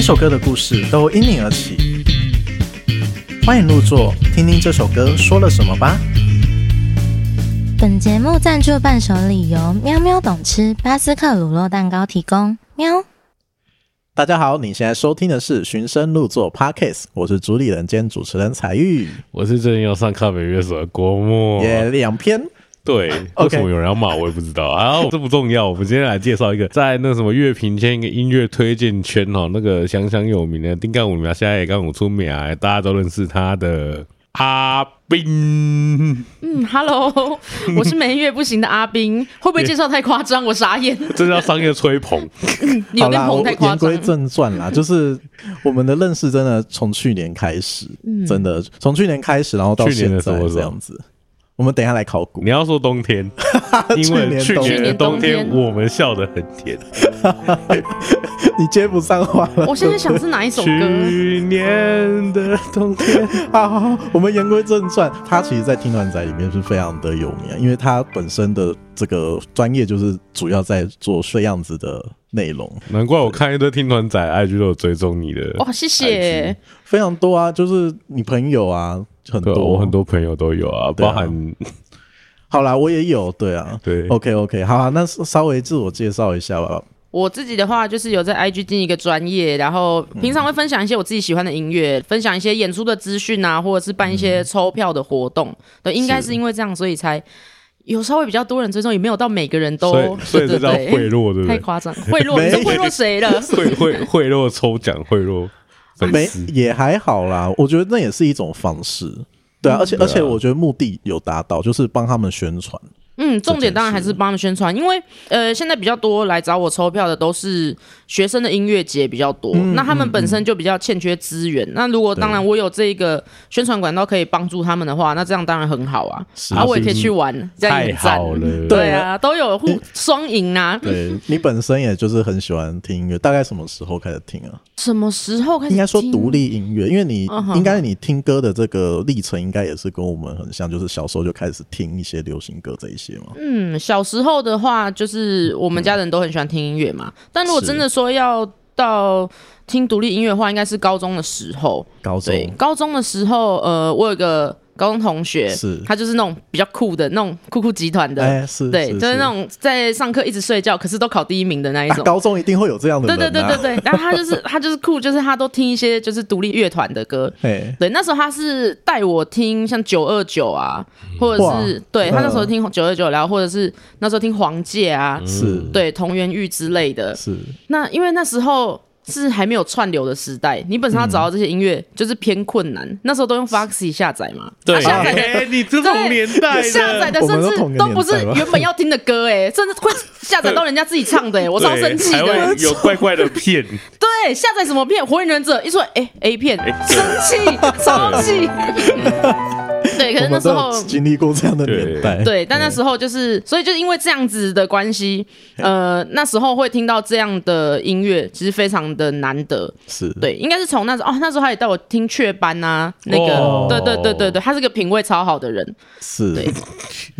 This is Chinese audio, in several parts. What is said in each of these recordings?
首歌的故事都因你而起。欢迎入座，听听这首歌说了什么吧。本节目赞助伴手礼由喵喵懂吃巴斯克乳酪蛋糕提供。喵，大家好，你现在收听的是《寻声入座》Podcast，我是主理人兼主持人彩玉。我是最近要上看美乐所的郭沫。也、两篇， 对，为 OK 什么有人要骂我也不知道啊，这不重要。我们今天来介绍一个在那什么乐评圈、一个音乐推荐圈哦，那个响响有名的丁干五苗，现在也干五出名，啊大家都认识他的阿斌。 嗯，Hello，我是没月不行的阿斌，会不会介绍太夸张？我傻眼，这叫商业吹捧，你好有点啦，捧我太夸言张归。正传 啦，就是我们的认识真的从去年开始，嗯真的从去年开始，然后到去年现的在什么时候这样子。我们等一下来考古你，要说冬 天，因为 去去年年的冬冬天天我们笑得很甜。你接不上话了。我现在想是哪一 首歌？去年的冬天， 好好，好 我们言归正传。他其实，在听团仔里面是非常的有名啊，因为他本身的这个专业就是主要在做睡样子的内容，难怪我看一堆听团仔 IG 都有追踪你的。哦哇，谢谢。非常多啊，就是你朋友啊，很对多啊，我很。多朋友都有啊，对啊包含好啦，我也有，对啊，对 OK OK，好啊，那稍微自我介绍一下吧。我自己的话，就是有在 IG 经营一个专业，然后平常会分享一些我自己喜欢的音乐，分享一些演出的资讯啊，或者是办一些抽票的活动。对，应该是因为这样，所以才有稍微比较多人追踪，也没有到每个人都所以所以这叫对贿赂，对太不夸张，贿赂，没你说贿赂谁了？对？贿贿贿赂抽奖贿赂粉没丝，也还好啦，我觉得那也是一种方式。对嗯啊，而且、而且我觉得目的有达到，就是帮他们宣传。嗯，重点当然这件事还是帮他们宣传，因为呃，现在比较多来找我抽票的都是学生的音乐节比较多，嗯那他们本身就比较欠缺资源。那如果当然我有这个宣传管道可以帮助他们的话，那这样当然很好啊，啊，我也可以去玩，这样也太很赞好了，对啊，都有互双赢 啊。对你本身也就是很喜欢听音乐，大概什么时候开始听啊？什么时候开始？应该说独。立音乐，因为你、嗯哼应该你听歌的这个历程，应该也是跟我们很像，就是小时候就开始听一些流行歌这一些嘛。嗯，小时候的话，就是我嗯们家人都很喜欢听音乐嘛。但如果真的说要到听独立音乐的话，应该是高中的时候。高对中，高中的时候，呃，我有一个高中同学，是他就是那种比较酷的那种酷酷集团的，哎是，对，就是那啊种在上课一直睡觉，可是都考第一名的那一种。高中一定会有这样的对人、啊，对对 对对，然后他就是他就是酷，就是他都听一些就是独立乐团的歌。对，对，那时候他是带我听像九二九啊，或者是嗯哇对他那时候嗯听九二九，然后或者是那时候听黄玠啊，是，对同源玉之类的。是，那因为那时候是还没有串流的时代，你本身要找到这些音乐就是偏困难。那时候都用 Foxy 下载嘛，啊下载的。哎，你这种对年代的下载的我甚们都至啊同个都年不是代吧原本要听的歌、哎，甚至会下载到人家自己唱的、哎，我对超生气还的会。有怪怪的片，对，下载什么片？火影忍者一说，哎、a 片，哎对生气，超气。对，我可是那们时都候有经历过这样的年代，对，但那时候就是，所以就是因为这样子的关系，呃，那时候会听到这样的音乐，其实非常的难得。是，对，应该是从那时候哦，那时候他也带我听雀斑啊，那个，哦对对对对对，他是个品味超好的人，是对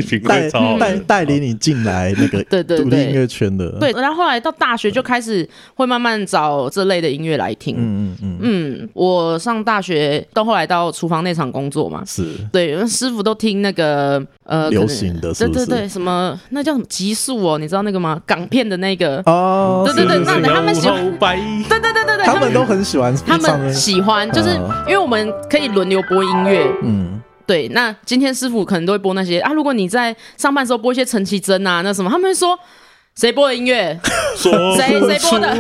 品带味超嗯好的带带领你进来那个对对独立对音乐圈的，对。然后后来到大学就开始会慢慢找这类的音乐来听。嗯嗯嗯，嗯我上大学到后来到厨房内场工作嘛，是对，因为师傅都听那个呃流可能行的是不对是对对，什么那叫什么极速哦，你知道那个吗？港片的那个，哦，对对对是是那是那他们喜 欢五百对对对对对，他们都很喜欢他唱们的，喜欢，就是啊因为我们可以轮流播音乐，嗯，对，那今天师傅可能都会播那些啊。如果你在上班的时候播一些陈绮贞啊，那什么，他们会说谁播的音乐，说谁谁播的，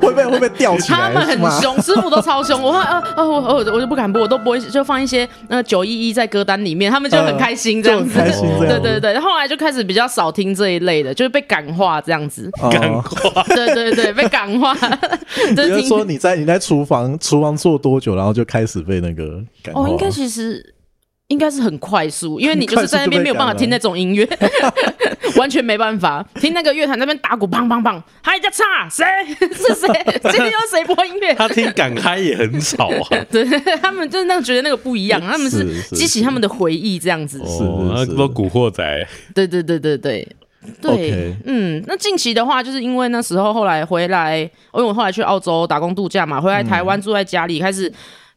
会被会被吊 起他来，们是吗很凶，师傅都超凶。我啊啊我我我就不敢播，我都播一些，就放一些那九一一呃在歌单里面，他们就很开心这就样很子。开心这对样，对对，后来就开始比较少听这一类的，就是被感化这样子。哦干话，对对对，被感化， 就比是如听说你在你在厨房厨房做多久，然后就开始被那个感哦，化应该其实应该是很快速，因为你很就快是在那速就被边没有办法赶了听那种音乐， 完全没办法听那个乐团那边打鼓梆梆梆，还在唱谁 是谁？今天又谁播音 乐？他听港嗨也很吵啊，对， 他们就是那种觉得那个不一样，他 们是是是哦激起他们的回忆这样子。是哦那都古惑仔，对对对对对，对 OK 嗯，那近期的话，就是因为那时候后来回来，哦因为我后来去澳洲打工度假嘛，回来台湾住在家里，开始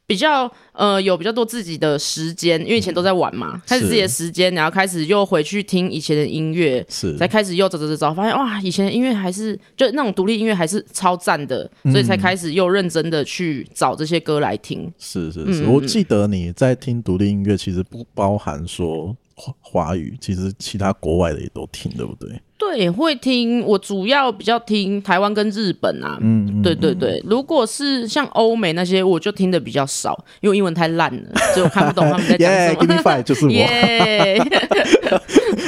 比较呃有比较多自己的时间，因为以前都在玩嘛，开始自己的时间，然后开始又回去听以前的音乐，是才开始又找找找找，发现哇，以前的音乐还是就那种独立音乐还是超赞的，嗯所以才开始又认真的去找这些歌来听。是嗯是是，我记得你在听独立音乐，其实不包含说华华语，其实其他国外的也都听，对不对？对，会听，我主要比较听台湾跟日本啊，嗯，嗯对对对，如果是像欧美那些，我就听的比较少，因为英文太烂了，所以我看不懂他们在讲耶 什 g i v e me 么。 five 就是我，耶，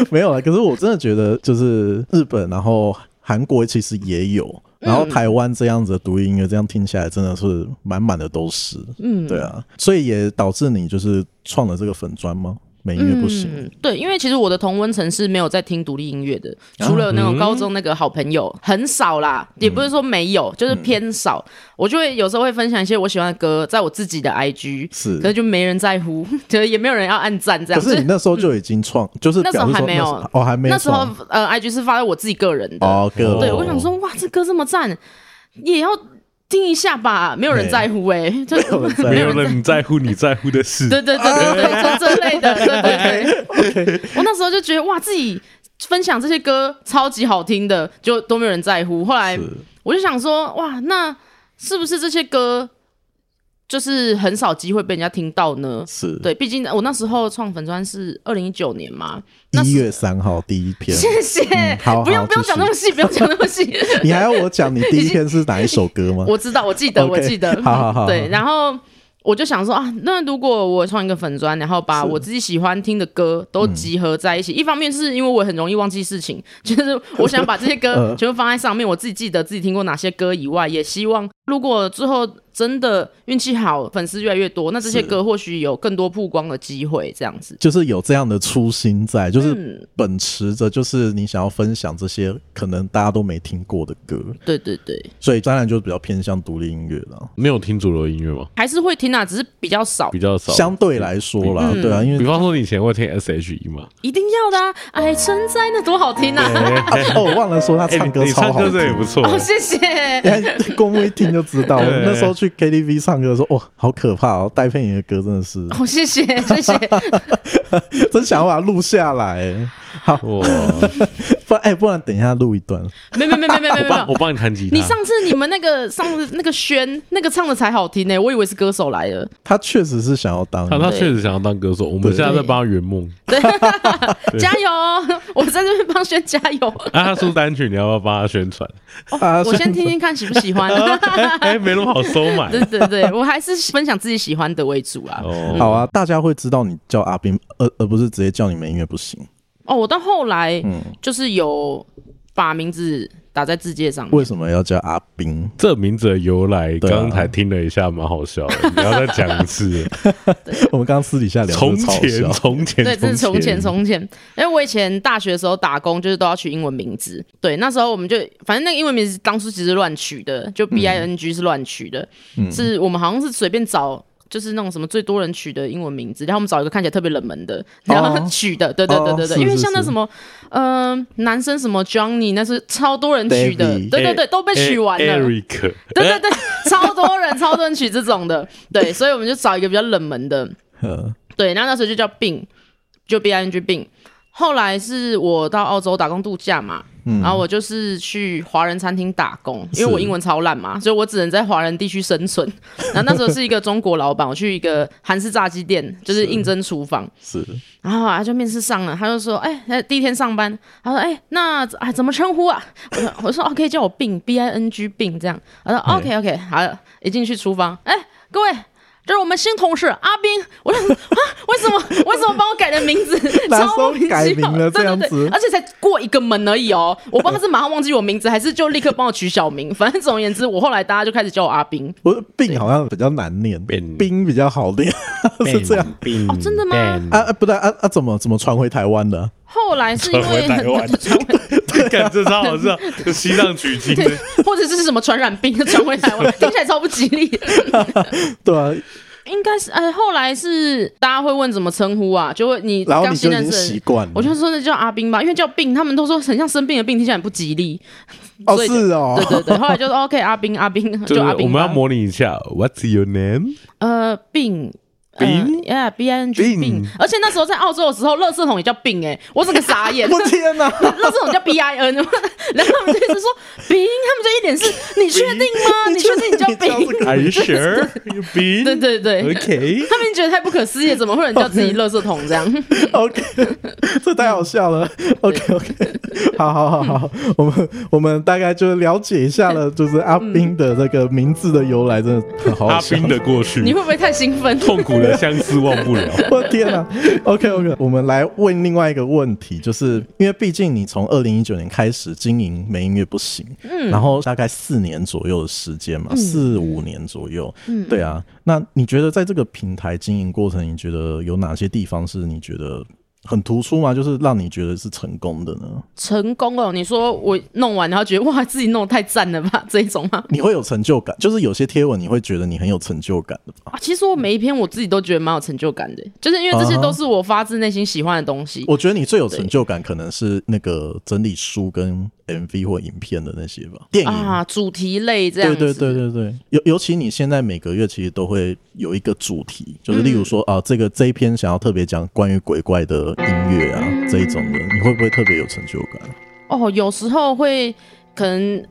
没有了。可是我真的觉得，就是日本，然后韩国其实也有，嗯然后台湾这样子的独立音乐，这样听起来真的是满满的都是。嗯，对啊，所以也导致你就是创了这个粉砖吗？美音乐不行，嗯，对，因为其实我的同温层是没有在听独立音乐的，除了那种高中那个好朋友，很少啦，也不是说没有，就是偏少。我就会有时候会分享一些我喜欢的歌，在我自己的 IG，是可是就没人在乎， 就是也没有人要按赞这可样。是你那时候就已经创，就是嗯那时候表示说还没那有时候哦，还没有那时候创呃，IG 是发在我自己个人的，哦，个人对，我想说，哇，这歌这么赞，也要听一下吧，没有人在乎哎、 欸，就没有人在乎没有人在乎你在乎的事。 对对对对对，就这类的，对 对对。我那时候就觉得，哇，自己分享这些歌超级好听的，就都没有人在乎。后来是我就想说，哇，那是不是这些歌就是很少机会被人家听到呢？是对，毕竟我那时候创粉专是二零一九年嘛，那一月三号第一篇，谢谢，嗯好不用好不用继续讲那么细，不用讲那么细。 你还要我讲你第一篇是哪一首歌 吗？我知道，我记得 OK，我记得，嗯好好好对，然后我就想说啊，那如果我创一个粉砖，然后把我自己喜欢听的歌都集合在一起，一方面是因为我很容易忘记事情， 就是我想把这些 歌呃全部放在上面，我自己记得自己听过哪些歌以外，也希望如果之后真的运气好，粉丝越来越多，那这些是歌或许有更多曝光的机会，这样子。就是有这样的初心在，就是嗯秉持着就是你想要分享这些可能大家都没听过的歌，对对对，所以当然就比较偏向独立音乐了。没有听主流音乐吗？还是会听啊，只是比较少比，较少。相对来说啦，嗯对啊，因比为。方说你以前会听 S.H.E 吗？一定要的啊！爱存在那多好听 啊！啊哦，我忘了说他哎，唱歌你超唱好歌听这也不错。 啊哦，谢谢。 哎，郭牧一听就知道。我对那时候去 KTV 唱歌的时候，哇，好可怕哦！戴佩妮的歌真的是， 哦，谢谢谢谢， 真想要把它录下来。好，哦哇，不然哎，不然等一下录一段。 没没没没没没我没帮 我有。帮你弹吉他。你上次你们那个上次那个轩那个唱的才好听呢、我以为是歌手来了。他确实是想要当，他他确实想要当歌手，我们现在在帮他圆梦。加油 哦！我在这边帮轩加油。啊，他出单曲，你要不要帮他宣 传？啊哦我先听听看喜不喜欢。哎哎，没那么好收买对对对，我还是分享自己喜欢的为主啊。哦。好啊，大家会知道你叫阿斌，呃而而不是直接叫你们音乐不行。哦，我到后来就是有把名字打在字界上面。为什么要叫阿斌？ 这名字的由来，对啊刚才听了一下，蛮好笑的。你要再讲一次， 我们刚刚私底下聊从得超好前，笑从前，啊对，这是从前从前，因为我以前大学的时候打工，就是都要取英文名字。对，那时候我们就反正那个英文名字当初其实乱取的，嗯就 B I N G 是乱取的，是我们好像是随便找。就是那种什么最多人取的英文名字，然后我们找一个看起来特别冷门的，然后 取的，对对对对哦对，是因为是像那是什么，嗯、男生什么 Johnny，那是超多人取的， David 对对对，都被取哎完了。 Eric，对 对对，超多人 超多人取这种的，对，所以我们就找一个比较冷门的，呃对，那那时候就叫病，就 B I N G 病。后来是我到澳洲打工度假嘛，然后我就是去华人餐厅打工，因为我是英文超烂嘛，所以我只能在华人地区生存。然后那时候是一个中国老板，我去一个韩式炸鸡店，就是应征厨房，是然后啊就面试上了，他就说，哎、那第一天上班，他说，哎、那啊怎么称呼啊？我说，我说，哦，可以叫我病 B I N G 病这样。他嗯说，OK OK，好了，一进去厨房，哎、各位。这是我们新同事阿斌，我想说啊，为什么为什么帮我改的名字？ 哪时超候莫名改其妙名了对这样对对子而且才过一个门而已哦，我不知道他是马上忘记我名字，还是就立刻帮我取小名。 反正总而言之，我后来大家就开始叫我阿斌。我的病好像比较难念，病冰比较好 念，是这样病哦真的吗啊？啊不对啊啊，怎么怎么传回台湾的？后来是因为传回台 湾传回感这超好笑，就西藏取经的 对，或者是什么传染病传回台湾，听起来超不吉利。对啊，应该是哎，后来是大家会问怎么称呼啊，就会你然后刚你新就已认经识习的人。惯了。我就说那叫阿兵吧，因为叫病，他们都说很像生病的病，听起来很不吉利。哦所以是哦，对对对，后来就说 OK 阿兵阿兵，就是阿兵吧。我们要模拟一下，What's your name？呃病。病呃、，yeah，B I N G 病病，而且那时候在澳洲的时候，垃圾桶也叫病哎、我整个傻 眼，我天哪！垃圾桶叫 B I N，然后 他们就一直说病，他们就一脸是你确定吗？你确定你叫病？ Are you sure? You been? 对对对 OK， 他们觉得太不可思议了，怎么会有人叫自己垃圾桶这样？ OK，这 太好笑了。OK OK，好 好好好，我们我们大概就了解一下了，就是阿斌的这个名字的由来，真的很好阿笑。斌的过你去，会不会太兴奋？痛苦的相思忘不 了。我天哪、o k OK，我们来问另外一个问题，就是因为毕竟你从二零一九年开始经营美音乐不行，嗯，然后大概四年左右的时间嘛，四五年左右，嗯，对啊，那你觉得在这个平台经营过程，你觉得有哪些地方是你觉得很突出吗？就是让你觉得是成功的呢？成功了，你说我弄完，然后觉得哇，自己弄得太赞了吧， 这一种吗？你会有成就感，就是有些贴文你会觉得你很有成就感的吧？啊，其实我每一篇我自己都觉得蛮有成就感的，就是因为这些都是我发自内心喜欢的东西。嗯我觉得你最有成就感可能是那个整理书跟 MV 或影片的那些吧，电影。啊，主题类这样对子，对对对对，尤尤其你现在每个月其实都会有一个主题，嗯就是例如说、啊，这个这一篇想要特别讲关于鬼怪的音乐啊、嗯这一种的，你会不会特别有成就感？哦，有时候会可能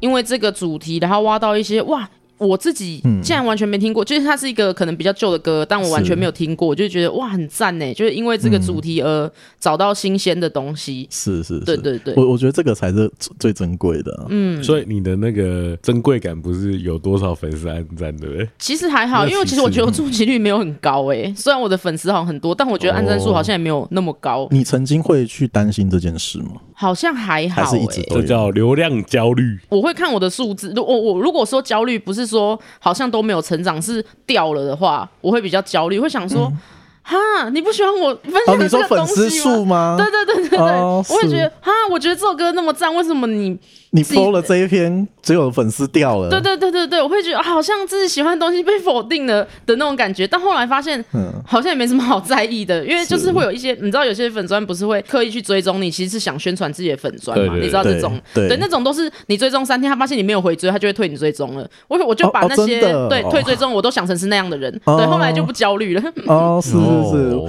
因为这个主题，然后挖到一些哇。我自己嗯竟然完全没听过，就是它是一个可能比较旧的歌，但我完全没有听过，我就觉得哇很赞呢，就是因为嗯这个主题而找到新鲜的东西。是是是，对对对嗯我我觉得这个才是最最珍贵的啊、所以你的那个珍贵感不是有多少粉丝按赞，对不对？其实还好，那因为其其实我实觉得我触及率没有很高诶、虽然我的粉丝好像很多，但我觉得按赞数好像也没有那么高，哦你曾经会去担心这件事 吗？好像还好、还诶。是一直都这有？叫流量焦虑。我会看我的数字。如我我如果说焦虑，不是说好像都没有成长，是掉了的话，我会比较焦虑，会想说，哈，你不喜欢我分嗯哦，享你的这说个粉东丝西数吗？吗？对对对对对，哦我也觉得是哈，我觉得这首歌那么赞，为什么你？你自己 PO 了这一篇，只有粉丝掉了。对对对对对，我会觉得、啊好像自己喜欢的东西被否定了的那种感觉，但后来发现，嗯好像也没什么好在意的，因为就是是会有一些，嗯你知道有些粉砖不是会刻意去追踪你，其实是想宣传自己的粉砖对嘛，对对你知道这种，对对那种都是你追踪三天，他发现你没有回追，他就会退你追踪了。我我就把哦哦那些、真的对哦退追踪，我都想成是那样的人，哦对，后来就不焦虑了。 哦，是是是，哦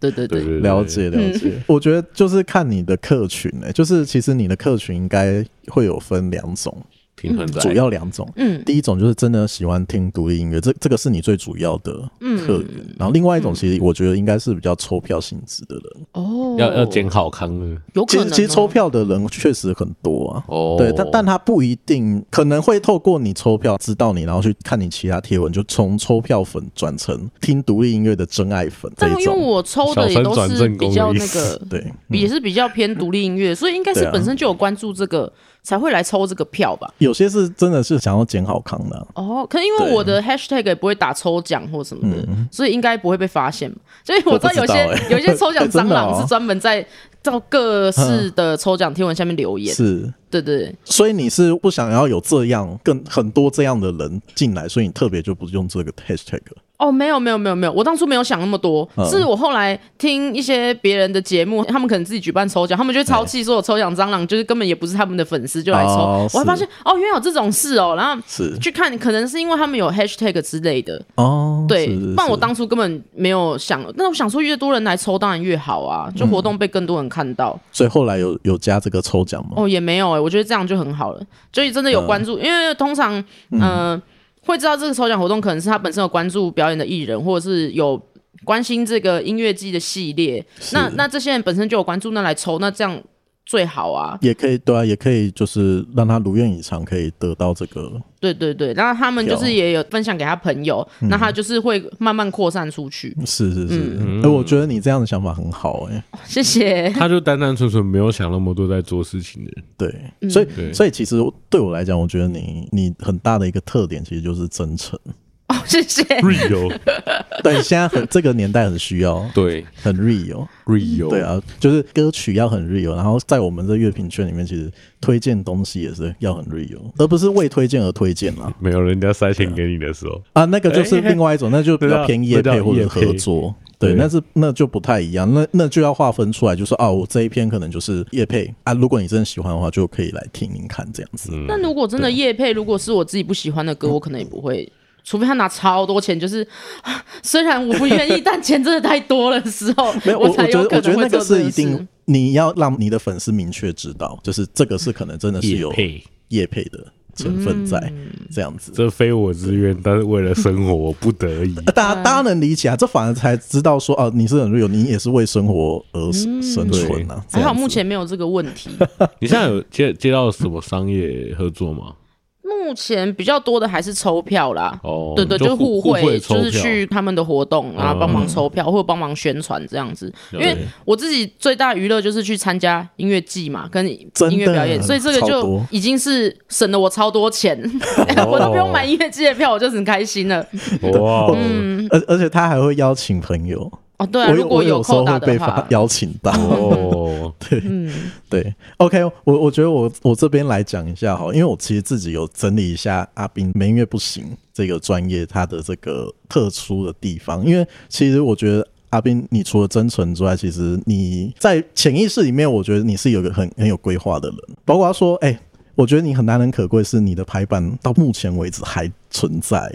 对对对对，对，了嗯解了解，我觉得就是看你的客群诶、就是其实你的客群应该会有分两种，平衡在主要两种。嗯，第一种就是真的喜欢听独立音乐，这这个是你最主要的嗯客源。然后另外一种，其实我觉得应该是比较抽票性质的人。哦，要要捡好康的有可其能实哦、其实抽票的人确实很多啊。哦对，但但他不一定可能会透过你抽票知道你，然后去看你其他贴文，就从抽票粉转成听独立音乐的真爱粉这但一因为种。我抽的也小三都转是正宫比的较意那思个，对，嗯也是比较偏独立音乐，所以应该是对啊本身就有关注这个，才会来抽这个票吧。有些是真的是想要捡好康的啊、哦，可能因为对嗯我的 hashtag 也不会打抽奖或什么的，所以应该不会被发现嘛。所以我知道有些我不知道欸有一些抽奖哎 真蟑的哦螂是专门在到各式的抽奖贴文下面留言，是，对对对，所以你是不想要有这样更很多这样的人进来，所以你特别就不用这个 hashtag 了哦，没有没有没有没有，我当初没有想那么多，嗯是我后来听一些别人的节目，他们可能自己举办抽奖，他们就会超气说我抽奖蟑螂，就是根本也不是他们的粉丝就来抽，哦我是还发现哦，原来有这种事哦，然后是去看，可能是因为他们有 hashtag 之类的，哦，对是是，不然我是当初根本没有想，那我想说越多人来抽当然越好嗯啊，就活动被更多人看到。所以后来有有加这个抽奖吗？哦，也没有哎、我觉得这样就很好了，就是真的有关注，因为通常嗯、呃会知道这个抽奖活动可能是他本身有关注表演的艺人，或者是有。关心这个音乐季的系列，那那这些人本身就有关注，那来抽，那这样最好啊！也可以，对啊，也可以，就是让他如愿以偿，可以得到这个。对对对，然后他们就是有嗯也有分享给他朋友，那他就是会慢慢扩散出去。是是是，嗯哎，我觉得你这样的想法很好，哎，谢谢。他就单单纯纯没有想那么多在做事情的人，对，嗯所以对所以其实对我来讲，我觉得你你很大的一个特点其实就是真诚，谢谢。嗯 Rio， 对，现在很这个年代很需要，对很 real。 Rio，对，啊，就是歌曲要很 real，然后在我们这乐评圈里面，其实推荐东西也是要很 real，而不是为推荐而推荐啊啦。没有人家塞钱给你的时候，啊，那个就是另外一种，那就比较偏业配或者合作。对，对那是那就不太一样，那那就要划分出来，就是啊，我这一篇可能就是业配啊，如果你真的喜欢的话，就可以来听听看这样子。那如果真的夜配，如果是我自己不喜欢的歌，我可能也不会。除非他拿超多钱，就是 啊虽然我不愿意，但钱真的太多了的时候， 没有，我才觉得有可我觉能得会那做个这是件一事定。，你要让你的粉丝明确知道，就是这个是可能真的是哦有配，业配的成分在嗯这样子。这非我之愿，但是为了生活，我不得已。啊大家大家能理解啊，这反而才知道说哦，你是很 real，你也是为生活而嗯生存啊。这还样好子目前没有这个问题。你现在有接接到什么商业合作吗？嗯目前比较多的还是抽票啦。哦，对对，就就互惠，惠，抽就是票去他们的活动啊，嗯帮忙抽票或者帮忙宣传这样子。因了解为我自己最大娱乐就是去参加音乐季嘛，跟真的音乐表演，所以这个超就多哦已经是省了我超多钱， 我都不用买音乐季的票，我就很开心了。 哇，哦嗯而而且他还会邀请朋友，哦，对啊，我如有果我有时扣候打会的被话嗯发，邀请到。哦， 对，OK，我我觉得我我这边来讲一下哈，因为我其实自己有整理一下阿斌没音乐不行这个专业它的这个特殊的地方，因为其实我觉得。阿斌，你除了真诚之外，其实你在潜意识里面，我觉得你是有个很很有规划的人。包括他说，哎、我觉得你很难能可贵，是你的排版到目前为止还存在、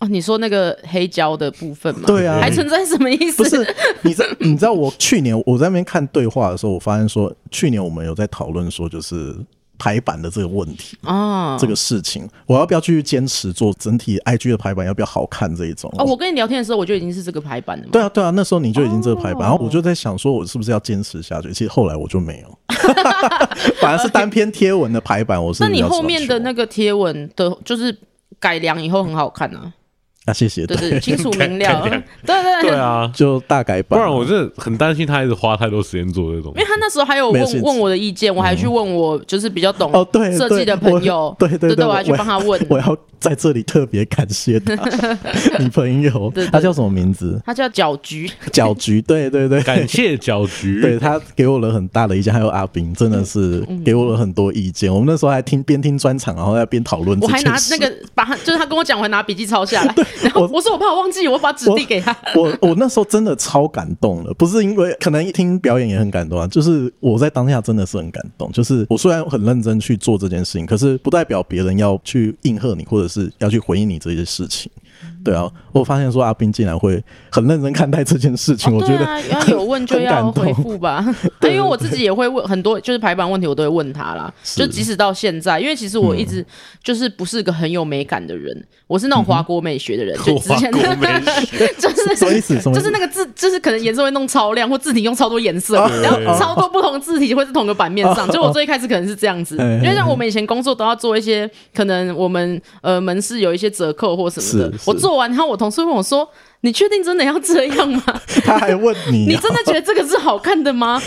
哦，你说那个黑胶的部分嘛，对啊还存在什么意不思？ 是你知你知道我去年我在那边看对话的时候，我发现说，去年我们有在讨论说，就是排版的这个问题。啊，这个事情，我要不要继续坚持做整体 IG 的排版要不要好看这一种？哦，我跟你聊天的时候，我就已经是这个排版的嘛。对啊对啊，那时候你就已经这个排哦版，然后我就在想说，我是不是要坚持下去？其实后来我就没有， 反而是单篇贴文的排版，我是那你比较后面的追求那个贴文的，就是改良以后很好看啊，啊，谢谢，对对， 对，清楚明了，改对良对 对对。啊，就大改不版。然我真的很担心他一直花太多时间做 这种因。为他那时候还有没有兴问趣问我的意见，我还去问我就是比较懂哦对设计的对朋友我，对对对对，我还去帮他问。我要在这里特别感谢他， 你朋友对对，他叫什么名字？他叫搅 局，搅 局，对对对，感谢搅局，对他给我了很大的意见，还有阿斌真的是嗯给我了很多意见。我们那时候还听边听专场，然后在边讨论这我还件拿事那个把他，就是他跟我讲，我还拿笔记抄下 来。然后我我说我怕我忘记，我把纸递给他。我我那时候真的超感动了，不是因为可能一听表演也很感动啊，就是我在当下真的是很感动。就是我虽然很认真去做这件事情，可是不代表别人要去应和你，或者是要去回应你这些事情。对啊，嗯我发现说阿斌竟然会很认真看待这件事情，我觉对得啊，要很有问就要很感回动。复吧。啊因为我自己也会问很多，就是排版问题我都会问他啦。是嗯就即使到现在，因为其实我一直就是不是个很有美感的人，我是那种华国美学的人， 就之前华国美 就是什么意思什么意思就是那个字，就是可能颜色会弄超亮，或字体用超多颜色，啊然后超多不同字体会是同个版面上。就我最一开始可能是这样子，嗯因为像我们以前工作都要做一些，可能我们呃门市有一些折扣或什么的是，是我做完，然后我同事问我说。你确定真的要这样吗？他还问你、啊， 你真的觉得这个是好看的 吗？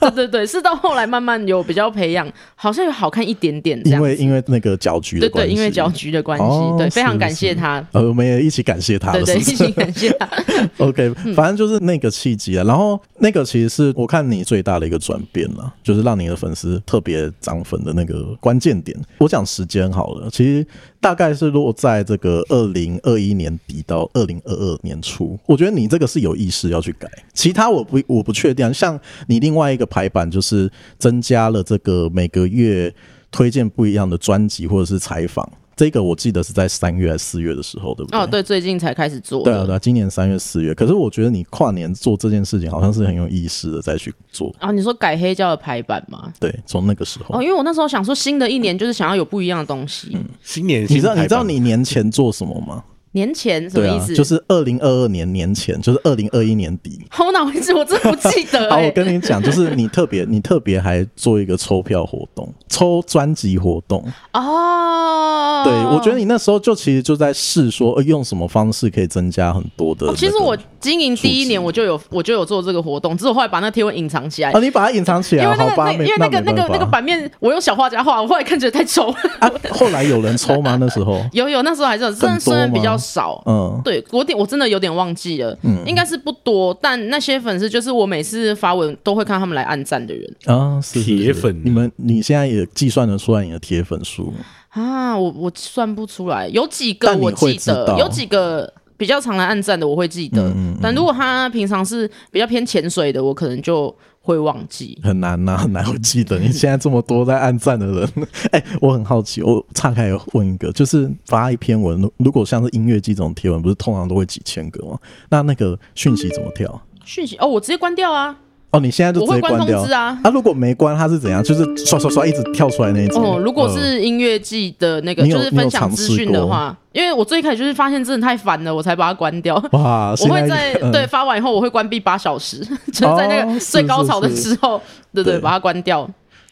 对对对，是到后来慢慢有比较培养，好像有好看一点点这因样。为因为那个搅局对的关对，系，因为搅局的关系，哦对，是非常感谢他。呃，我们也一起感谢他对了，对，是一不是 起感谢嗯他。 OK，反正就是那个契机啊。然后那个其实是我看你最大的一个转变了，就是让你的粉丝特别涨粉的那个关键点。我讲时间好了，其实大概是落在这个二零二一年底到二零二二年初。我觉得你这个是有意识要去改，其他我不我不确定啊。像你另外一个排版就是增加了这个每个月推荐不一样的专辑或者是采访。这个我记得是在三月还是四月的时候，对不对？哦，对，最近才开始做对啊，的。对啊，今年三月、四月。可是我觉得你跨年做这件事情，好像是很有意识的再去做。啊，你说改黑胶的排版吗？对，从那个时候，哦，因为我那时候想说，新的一年就是想要有不一样的东西。嗯新年你新知道台版你知道你年前做什么吗？年前什么对意啊思？，就是二零二二年年前，就是二零二一年底。哦我哪会知？我真的不记 得好，我哎。跟你讲，就是你特别，你特别还做一个抽票活动，抽专辑活动。哦，对，我觉得你那时候就其实就在试说，呃，用什么方式可以增加很多的那哦个、其实我经营第一触及年我就有我就有做这个活动，只是我后来把那贴文隐藏起来啊，，你把它隐藏起来，因为那好个吧？那没因为那个没那个那办个法版面我用小画家画，我后来看觉得 太丑了。啊，后来有人抽吗？那时 候，有有那时候还是有，多但虽然比吗较少，嗯，对，我点我真的有点忘记了，应该是不多，但那些粉丝就是我每次发文都会看他们来按赞的人啊，是是是铁粉你们你现在也计算得出来你的铁粉数啊，我我算不出来，有几个但你我会记知得道，嗯有几个比较常来按赞的我会记得，但如果他平常是比较偏潜水的，我可能就会忘记。很难呐、很难会记得。你现在这么多在暗赞的人， 哎、我很好奇，我岔开问一个，就是发一篇文，如果像是音乐季这种贴文，不是通常都会几千个吗？那那个讯息怎么跳？讯息哦，我直接关掉啊！哦，你现在就直接关掉我会关通知啊如果没关，它是怎样？就是刷刷刷一直跳出来那一种。哦，如果是音乐季的那个，嗯你有就是分享资讯你有尝试的过话，因为我最开始就是发现真的太烦了，我才把它关 掉。哇，我现会在 嗯对发完以后，我会关闭八小时， 就是在那哦个最高潮的是哦是是时候，对对，对把它关掉。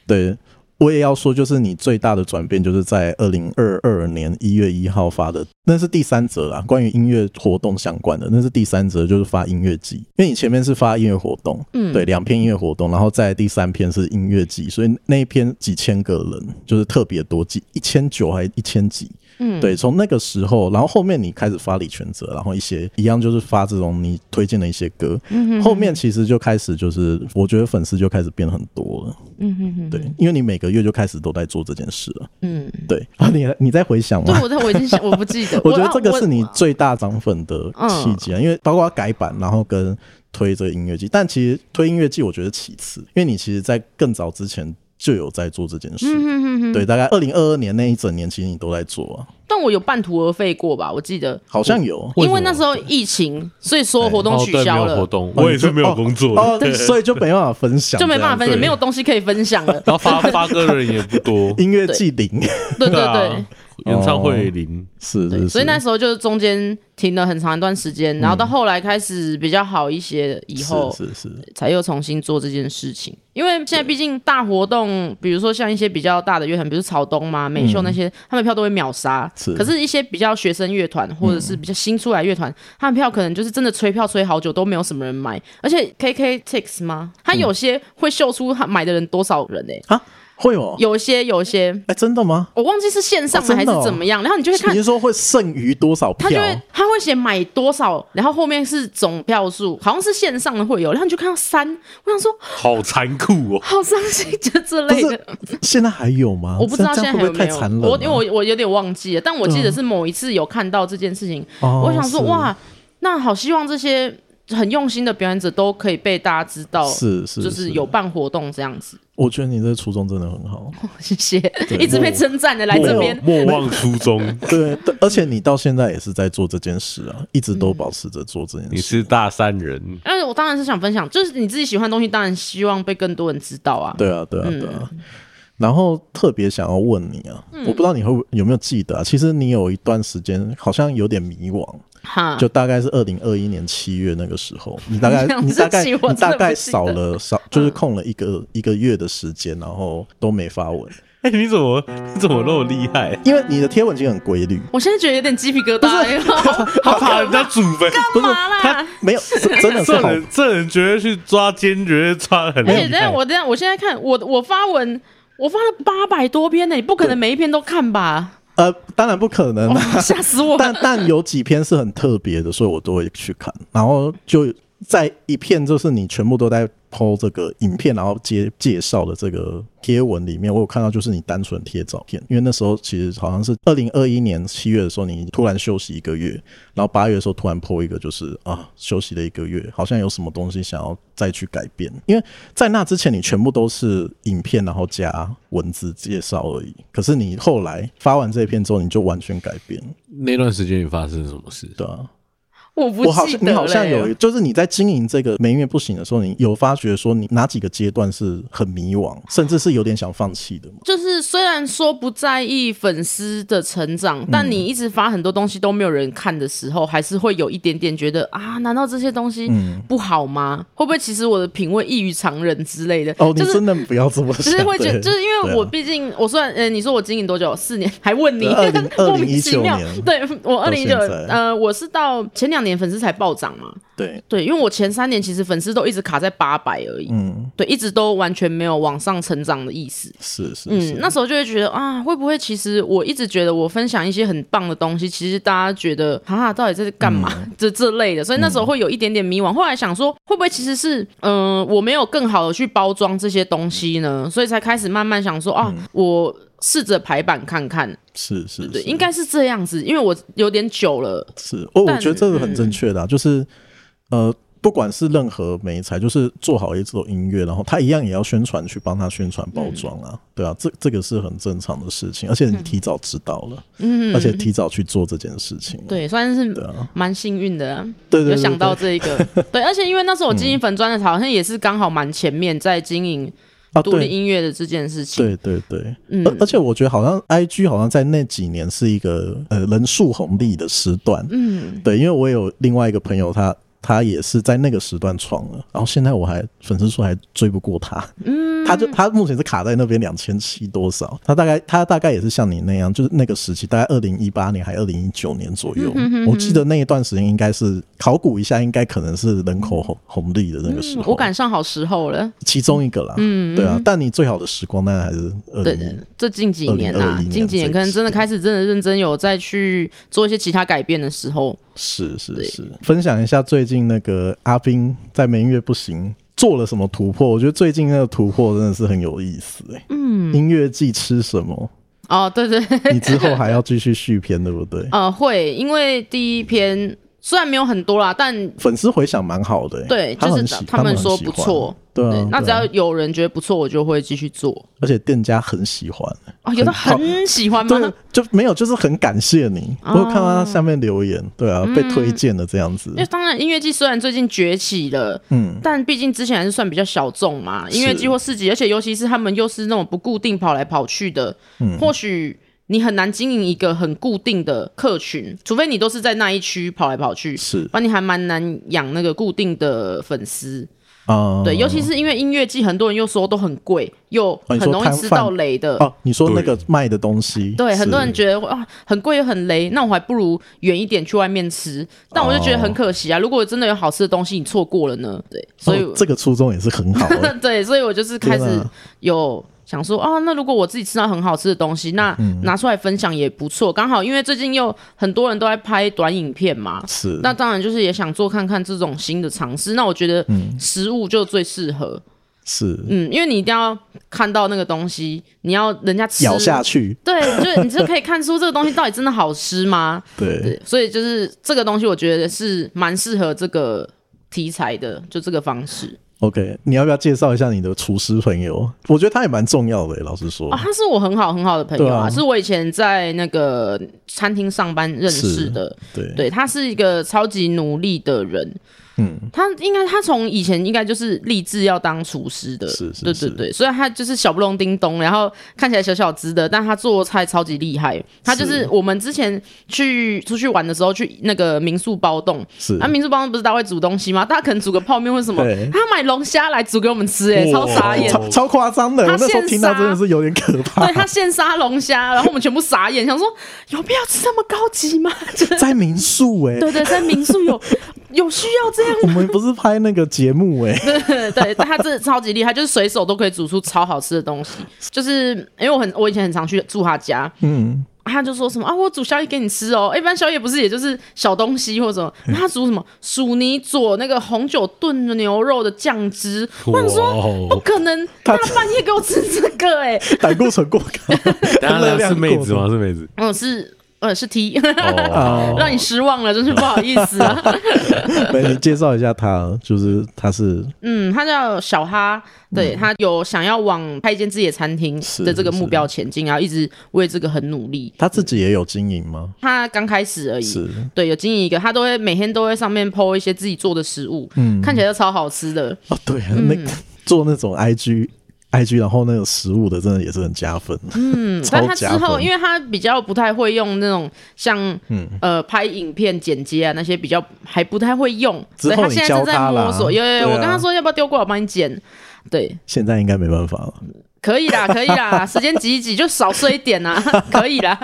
对，我也要说，就是你最大的转变，就是在二零二二年一月一号发的，那是第三则啦，关于音乐活动相关的，那是第三则，就是发音乐季，因为你前面是发音乐活动，嗯，对，两篇音乐活动，然后再来第三篇是音乐季，所以那一篇几千个人，就是特别多，几一千九还一千几。嗯，对，从那个时候，然后后面你开始发李全哲，然后一些一样就是发这种你推荐的一些歌，嗯、后面其实就开始就是我觉得粉丝就开始变很多了，对，因为你每个月就开始都在做这件事了。嗯，对 啊，你你在回想对吗？我在我已经想，我不记 。得我觉得啊这个是你我嗯最大涨粉的契机啊，因为包括改版，然后跟推这个音乐季，但其实推音乐季我觉得其次，因为你其实在更早之前就有在做这件嗯事。对，大概二零二二年那一整年，其实你都在做、啊，但我有半途而废过吧？我记得，好像有。为什么因为那时候疫情，所以所有活动哎哦取对，没消有了，活动，我也是没有工作哦的，，对， 所以就没办法分享，就没办法分这样享，对。没有东西可以分享了然后发发歌的人也不多，音乐季零， 对对啊对，演唱会零， 是是对，是，所以那时候就是中间停了很长一段时间，然后到后来开始比较好一些，以后嗯是是是，才又重新做这件事情。因为现在毕竟大活动，比如说像一些比较大的乐团，比如草东嘛、美秀那些，他们票都会秒杀嗯是。嗯可是，一些比较学生乐团或者是比较新出来乐团，他们票可能就是真的吹票吹好久都没有什么人买。而且 KK Tix 吗？他有些会秀出他买的人多少人呢、欸啊，会哦，有些有些，哎，真的吗？我忘记是线上哦的还真是的哦怎么样，然后你就会看你是说会剩余多少票？他就会他会写买多少，然后后面是总票数，好像是线上的会有，然后你就看到三，我想说好残酷哦。好伤心，就这类的，现在还有吗？我不知道哦这现样在还有这样会不会没有，太残忍啊了？我因为我我有点忘记了，但我记得是某一次有看到这件事情，哦我想说是哇，那好希望这些很用心的表演者都可以被大家知道，是是就是有，办活动这样子， 我觉得你这个初衷真的很好。。谢谢，一直被称赞的来这边，莫莫忘初衷 对，对而且你到现在也是在做这件事啊，一直都保持着做这件你事。是大善人，但是我当然是想分享，就是你自己喜欢的东西，当然希望被更多人知道啊，对啊，对啊，对啊。然后特别想要问你啊，嗯我不知道你会不会有没有记得啊？其实你有一段时间好像有点迷惘，哈，就大概是二零二一年七月那个时 候，你大概你大概这期我你大概真的不记得嗯少了少就是空了一个一个月的时间，然后都没发文，嗯哎，你怎么你怎么那么厉害？因为你的贴文已经很规律，我现在觉得有点鸡皮疙瘩，哎呦 他好怕可人家祖坟，干嘛啦？没有，是真的是这好人这人觉得去抓奸，觉得抓得很而厉且哎等一下害。我等一下我现在看我我发文，我发了八百多篇呢，你不可能每一篇都看 吧？呃，当然不可能、啊，吓死我！ 但但有几篇是很特别的，所以我都会去看。然后就在一片就是你全部都在剖这个影片，然后介介绍的这个贴文里面，我有看到就是你单纯贴照片，因为那时候其实好像是二零二一年七月的时候，你突然休息一个月，然后八月的时候突然剖一个，就是啊休息了一个月，好像有什么东西想要再去改变，因为在那之前你全部都是影片，然后加文字介绍而已。可是你后来发完这一篇之后，你就完全改变了。那段时间你发生什么事？对啊，我不我好记像得你好像嘞有，就是你在经营这个美音乐不行的时候，你有发觉说你哪几个阶段是很迷惘，甚至是有点想放弃的吗？就是虽然说不在意粉丝的成长，嗯但你一直发很多东西都没有人看的时候，还是会有一点点觉得啊，难道这些东西嗯不好吗？会不会其实我的品味异于常人之类的？哦，你就是真的不要这么只想，是会觉对得，啊就是因为我毕竟、我算，呃，你说我经营多久？四年，还问你20， 莫名其2019妙年。对我二零一九，到现在呃，我是到前两年粉丝才暴涨嘛。对，对，因为我前三年其实粉丝都一直卡在八百而已，嗯，对，一直都完全没有往上成长的意思。是是是嗯，，那时候就会觉得啊，会不会其实我一直觉得我分享一些很棒的东西，其实大家觉得啊，到底在干嘛？嗯 这这类的，所以那时候会有一点点迷惘。后来想说，会不会其实是嗯、呃我没有更好的去包装这些东西嗯呢？所以才开始慢慢想说啊，我。试着排版看看，是嗯是对，是应该是这样子，因为我有点久了，是，哦，我但觉得这个很正确的啊、就是呃，不管是任何媒材，就是做好一首音乐，然后他一样也要宣传，去帮他宣传嗯包装啊，对啊，这这个是很正常的事情，而且你提早知道了，嗯，而且提早去做这件事情，对，算是啊蛮幸运的啊、对对有对想到对嗯这一个， 对，而且因为那时候我经营粉砖的时候，好像也是刚好蛮前面在经营啊，独立对。音乐的这件事情，对对对，嗯而而且我觉得好像 I G 好像在那几年是一个呃人数红利的时段，嗯，对，因为我有另外一个朋友他，他也是在那个时段闯了，然后现在我还粉丝数还追不过他，嗯， 他就他目前是卡在那边两千七多少，他大概他大概也是像你那样，就是那个时期，大概二零一八年还二零一九年左右，嗯我记得那一段时间应该是考古一下，应该可能是人口红红利的那个时候，嗯我赶上好时候了。其中一个啦，嗯，对啊，但你最好的时光当然还是二对零，这近几年啊2021，年近几年可能真的开始真的认真有再去做一些其他改变的时候，是是对是，分享一下最近那个阿斌在美音乐不行做了什么突破？我觉得最近那个突破真的是很有意思哎、嗯，音乐季吃什 么？哦，对对， 你之后还要继续续篇，对不对？ 呃，会，因为第一篇虽然没有很多啦，但粉丝回响蛮好的、欸，对他就是很喜，他们很说喜不欢错，对啊，对对那只啊要有人觉得不错，我就会继续做。而且店家很喜欢，欸哦，有的很很哦喜 欢对吗？，就没有，就是很感谢你。我有看到他下面留言，对啊，被推荐的这样子嗯因，为当然，音乐季虽然最近崛起了，嗯，但毕竟之前还是算比较小众嘛，音乐是季或市集，而且尤其是他们又是那种不固定跑来跑去的，嗯或许你很难经营一个很固定的客群，除非你都是在那一区跑来跑去，是不然你还蛮难养那个固定的粉丝。啊，对，尤其是因为音乐季，很多人又说都很贵，又哦很你说容易摊吃贩到雷的。哦，你说那对个卖的东西，对，很多是人觉得哇很贵又很雷，那我还不如远一点去外面吃。但我就觉得哦很可惜啊，如果真的有好吃的东西，你错过了呢？对，所以、哦这个初衷也是很 好 的对，所以我就是开天始啊有想说，哦，那如果我自己吃到很好吃的东西，那嗯拿出来分享也不错。刚好因为最近又很多人都在拍短影片嘛，是那当然就是也想做看看这种新的尝试。那我觉得嗯食物就最适合，是嗯因为你一定要看到那个东西，你要人家吃咬下。去，对，就是你就可以看出这个东西到底真的好吃吗？对，对，所以 就是这个东西，我觉得是蛮适合这个题材的，就这个方式。 OK，你要不要介绍一下你的厨师朋友？我觉得他也蛮重要的欸、老实说。啊，他是我很好很好的朋友对啊，啊是我以前在那个餐厅上班认识的。对对，他是一个超级努力的人。嗯，他应该他从以前应该就是立志要当厨师的，是是对是对对。虽然他就是小不隆叮咚，然后看起来小小只的，但他做菜超级厉害。他就是是我们之前去出去玩的时候，去那个民宿包栋，是啊，民宿包栋不是大家会煮东西吗？大家可能煮个泡面或什么对，他买龙虾来煮给我们吃、欸，哎，超哇傻眼。超超夸张的，我他那时候现听到杀真的是有点可怕对。他现杀龙虾，然后我们全部傻眼，想说有必要吃这么高级 吗？就是在民宿哎、对对，在民宿有有需要这样我吗？们不是拍那个节目 哎、对对，但他真的超级厉害，就是随手都可以煮出超好吃的东西。就是因为我很我以前很常去住他家，嗯，他就说什么啊，我煮宵夜给你吃哦。一般宵夜不是也就是小东西或者什么，然后他煮什么薯泥佐那个红酒炖牛肉的酱汁，我想说。不哇，可能！大哦他半夜给我吃这个、欸，哎，胆固醇过高， 当热然量是妹过子高 吗？是妹子，嗯，是呃，是 T， 哦，哦，让你失望了，真是不好意思啊。没你介绍一下他，就是他是嗯，他叫小哈，对、他有想要往开一间自己的餐厅嗯是的这个目是标前进，然后一直为这个很努力。他自己也有经营吗？他刚开始而已，是，对，有经营一个，他都会每天都会上面 PO 一些自己做的食物，嗯，看起来都超好吃的。哦，对啊，嗯那做那种 IG。I G，然后那个食物的，真的也是很加分。嗯， 超但他之加后，分嗯因为他比较不太会用那种像、呃拍影片剪接啊那些比较还不太会用，之所后以他现在正你教在他啦摸索。有有有，对啊我跟他说要不要丢过来我帮你剪，对，现在应该没办法 了。可以啦，可以啦，时间挤一挤就少睡一点啦， 可以啦。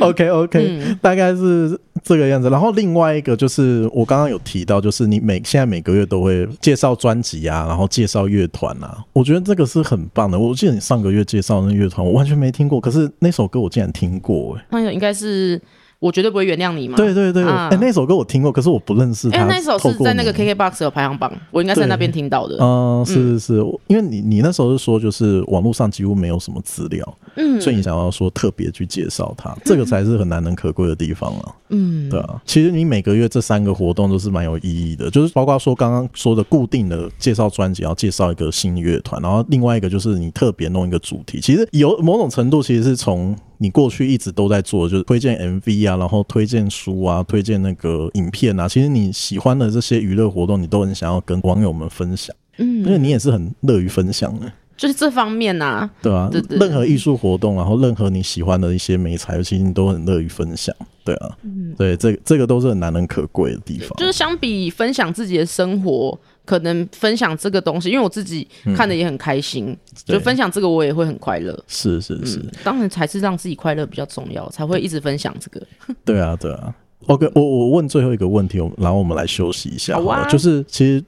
OK OK，、大概是这个样子。然后另外一个就是我刚刚有提到，就是你每现在每个月都会介绍专辑啊，然后介绍乐团啊，我觉得这个是很棒的。我记得你上个月介绍那乐团，我完全没听过，可是那首歌我竟然听过、欸，那应该是我绝对不会原谅你嘛。对对对，哎、啊那首歌我听过，可是我不认识因为它。那首透是过在那个你 KKBOX 有排行榜，我应该是在那边听到的。嗯，是是是，我因为你你那时候是说，就是网络上几乎没有什么资料，嗯，所以你想要说特别去介绍它，这个才是很难能可贵的地方啊。嗯，对啊，其实你每个月这三个活动都是蛮有意义的，就是包括说刚刚说的固定的介绍专辑，要介绍一个新乐团，然后另外一个就是你特别弄一个主题，其实有某种程度其实是从。你过去一直都在做，就是推荐 MV 啊，然后推荐书啊，推荐那个影片啊。其实你喜欢的这些娱乐活动，你都很想要跟网友们分享。因嗯为你也是很乐于分享的，就是这方面啊呐、对吧、对对任何艺术活动，然后任何你喜欢的一些美材，其实你都很乐于分享，对啊，对，这个这个都是很难能可贵的地方，嗯就是相比分享自己的生活，可能分享这个东西，因为我自己看的也很开心，嗯对嗯就分嗯享这个我也会很快乐。是是是，当然，才是让自己快乐比较重要，才会一直分享这个。对啊对啊。OK，我我问最后一个问题，我们然后我们来休息一下好好啊了，就是其实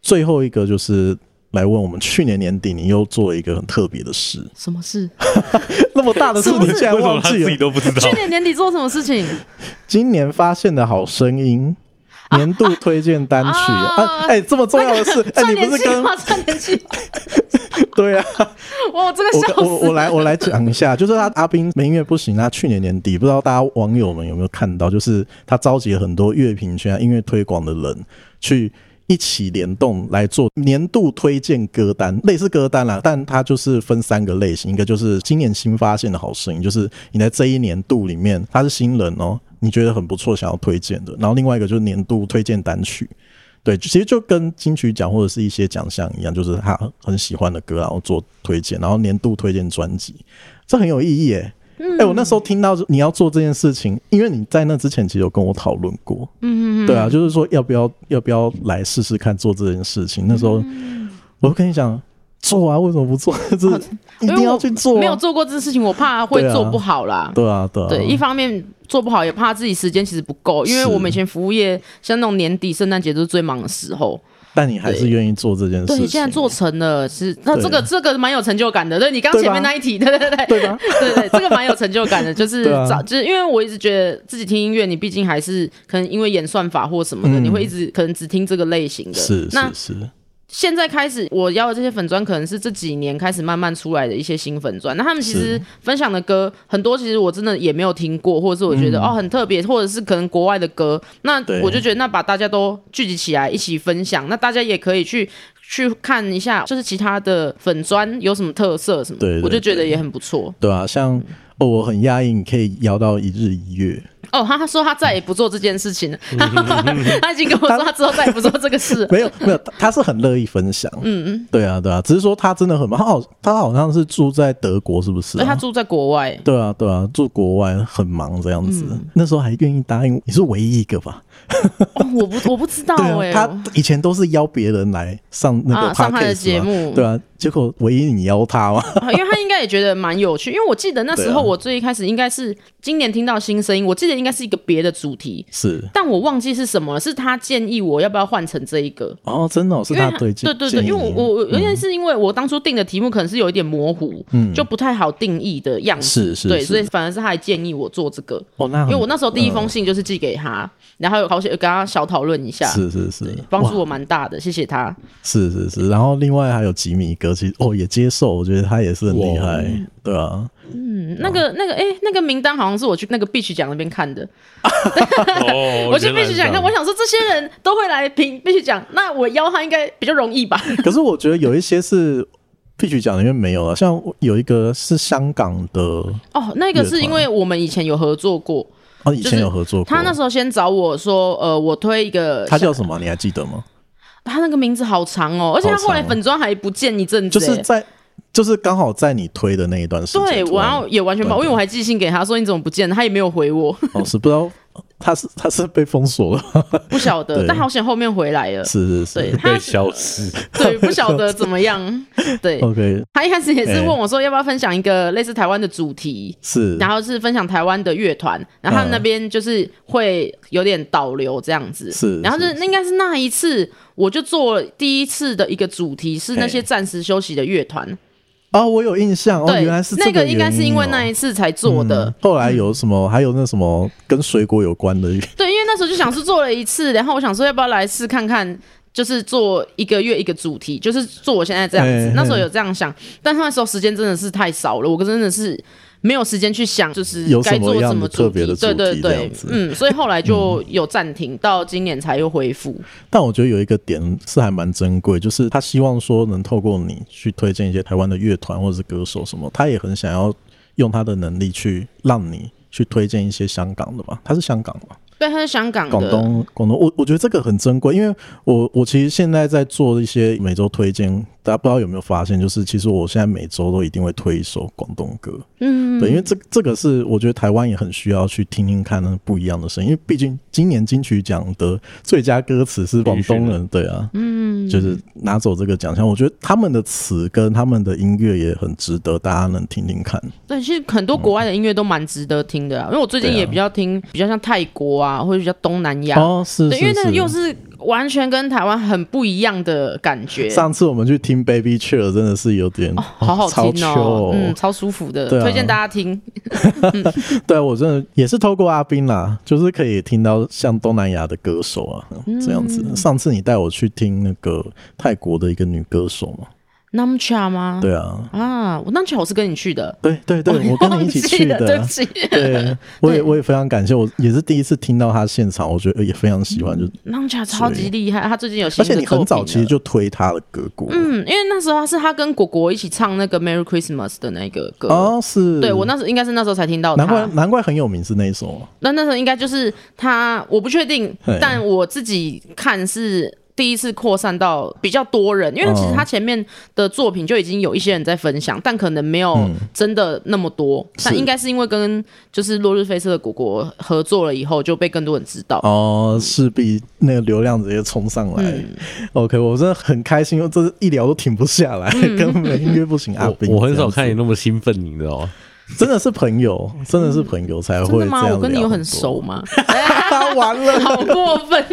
最后一个就是来问我们去年年底你又做了一个很特别的事，什么事？ 那么大的事什么你事竟然 为什忘么他记自己了？都不知道 去？年年底做什么事情？今年发现的好声 音。年度推荐单曲啊啊！哎、这么重要的 事， 哎、赚你点不是计跟划，赚点计划。对啊，哇，这个我 笑跟我死我！来我来讲一下，就是他阿斌没音乐不行，他去年年底不知道大家网友们有没有看到，就是他召集了很多乐评圈、音乐推广的人去。一起联动来做年度推荐歌单，类似歌单啦，但它就是分三个类型，一个就是今年新发现的好声音，就是你在这一年度里面他是新人哦，你觉得很不错想要推荐的，然后另外一个就是年度推荐单曲，对，其实就跟金曲奖或者是一些奖项一样，就是他很喜欢的歌，然后做推荐，然后年度推荐专辑，这很有意义诶、哎、嗯我那时候听到你要做这件事情，因为你在那之前其实有跟我讨论过，嗯嗯，对啊，就是说要不要要不要来试试看做这件事情。那时候、嗯我就跟你讲，做啊，为什么不做？ 就是一哦因定为要我去做、啊，没有做过这事情，我怕会对啊做不好啦。对啊，对啊，对，一方面做不好，也怕自己时间其实不够，因为是我们以前服务业像那种年底、圣诞节都是最忙的时候。但你还是愿意做这件事情，对，现在做成了，是那对这个这个蛮有成就感的。对你刚对吧前面那一题，对对对，对吧？对对，这个蛮有成就感 的，就是对啊早、就是因为我一直觉得自己听音乐，你毕竟还是可能因为演算法或什么的，嗯你会一直可能只听这个类型的。是那是是，现在开始，我要的这些粉砖可能是这几年开始慢慢出来的一些新粉砖。那他们其实是分享的歌很多，其实我真的也没有听过，或者是我觉得、哦很特别，或者是可能国外的歌。那嗯对我就觉得那把大家都聚集起来一起分享，那大家也可以去去看一下，就是其他的粉砖有什么特色什么的，对对我就觉得对也很不错。对啊，像嗯哦，我很压抑，你可以摇到一日一月。哦，他他说他再也不做这件事 情了，他已经跟我说他之后再也不做这个事了。没有 没有，他他是很乐意分享。嗯嗯，对啊对啊，只是说他真的很忙，他好他好像是住在德国，是不是、所以他啊？住在国外，对啊对啊，住国外很忙这样子。嗯那时候还愿意答应，你是唯一一个吧？哦、我不我不知道对哎、啊，他以前都是邀别人来上那个啊上他的 podcast 嘛节目对啊，结果唯一你邀他嘛。 啊，因为他应该也觉得蛮有趣，因为我记得那时对候啊我最一开始应该是今年听到新声音，我记得应该是一个别的主题，是但我忘记是什么了，是他建议我要不要换成这一个。哦，真的、哦、是因为他推荐，对对对，因为我我我有嗯点是因为我当初定的题目可能是有一点模糊，就不太好定义的样子，是是对，是所以反而是他还建议我做这个，哦那因很为我那时候第一封信就是寄给他，然后有好想跟他小讨论一下，是是是帮助哇我蛮大的，谢谢他。是是是，然后另外还有吉米哥，其实哦也接受，我觉得他也是很厉害，对啊。嗯，那个那个，哎、那个名单好像是我去那个 Beach 奖那边看的。哦，我去原来 Beach 是奖这看，样我想说这些人都会来评 Beach 奖，那我邀他应该比较容易吧？可是我觉得有一些是必须讲的，因为没有了。像有一个是香港的，哦，那个是因为我们以前有合作过，哦，以就前是有合作过。他那时候先找我说，呃，我推一个，他叫什么啊？你还记得吗？他那个名字好长哦，而且他后来好长哦粉妆还不见一阵子、就是哎在，就是刚好在你推的那一段时间。对，突我然要也完全不，对因对为我还寄信给他说你怎么不见了，他也没有 回我，哦，是不知道他是他是被封锁了，不晓得对，但好险后面回来了，是是 对是。他被消失，对不晓得怎 么样，对 OK，他一开始也是哦哎问我说要不要分享一个类似台湾的主题，是。然后是分享台湾的乐团，然后他们嗯那边就是会有点导流这样子，是然后就是那应该是那一次我就做了第一次的一个主题是那些嘿暂时休息的乐团，哦，我有印哎象哦，对，原来是这那个应该是原因为哦那一次才做的嗯，后来有什么？还有那什么跟水果有关的？ 对，因为那时候就想是做了一次，然后我想说要不要来试看看，就是做一个月一个主题，就是做我现在这样子哎。那时候有这样想，但那时候时间真的是太少了，我真的是没有时间去想，就是有该什么做样的么主特题别的。主对对题这对样，子嗯，所以后来就有暂停，到今年才又恢复。但我觉得有一个点是还蛮珍贵，就是他希望说能透过你去推荐一些台湾的乐团或者是歌手什么，他也很想要用他的能力去让你去推荐一些香港的吧？他是香港吧？对，他是香港广的。东，广东，我我觉得这个很珍贵，因为我我其实现在在做一些每周推荐，大家不知道有没有发现，就是其实我现在每周都一定会推一首广东歌，嗯，对，因为这这个是我觉得台湾也很需要去听听看那不一样的声音，因为毕竟今年金曲奖的最佳歌词是广东人，对啊，嗯，就是拿走这个奖项，我觉得他们的词跟他们的音乐也很值得大家能听听看，对，其实很多国外的音乐都蛮值得听的啊，因为我最近对啊也比较听，比较像泰国啊，或者比较东南亚。哦，是对，是因为那个又是。是完全跟台湾很不一样的感觉。上次我们去听 Baby Chill，真的是有点、哦，好好超听 chill 哦嗯，超舒服的，对啊推荐大家听。对我真的也是透过阿斌啦，就是可以听到像东南亚的歌手啊、嗯这样子。上次你带我去听那个泰国的一个女歌手嘛， Namcha 吗？对啊，啊，我 Namcha 我是跟你去的，对对对，我哦跟你一起去忘记了对的不，起。对，我也我也非常感谢，我也是第一次听到她现场，我觉得也非常喜欢，就 Namcha 超级厉害，他最近有新而且的嗯作品你很早其实了就推她的歌过，嗯，因为那时候他是他跟果果一起唱那个 Merry Christmas 的那个歌。哦是，对我那时候应该是那时候才听到难怪他，难怪很有名是那一首啊，那那时候应该就是他，我不确定嘿，但我自己看是第一次扩散到比较多人，因为其哦实他前面的作品就已经有一些人在分享，但可能没有真的那么多。但嗯是应该是因为跟就是落日飞车的果果合作了以后，就被更多人知道。哦，势必那个流量直接冲上来。OK，我嗯真的很开心，我这一聊都停不下来，嗯根本音啊乐不行。阿我斌，我很这少样看子你那么兴奋，你知道吗？真的是朋友，真的是朋友才嗯真会的这吗？样。我跟你有很熟？ 吗？ 完了，好过分！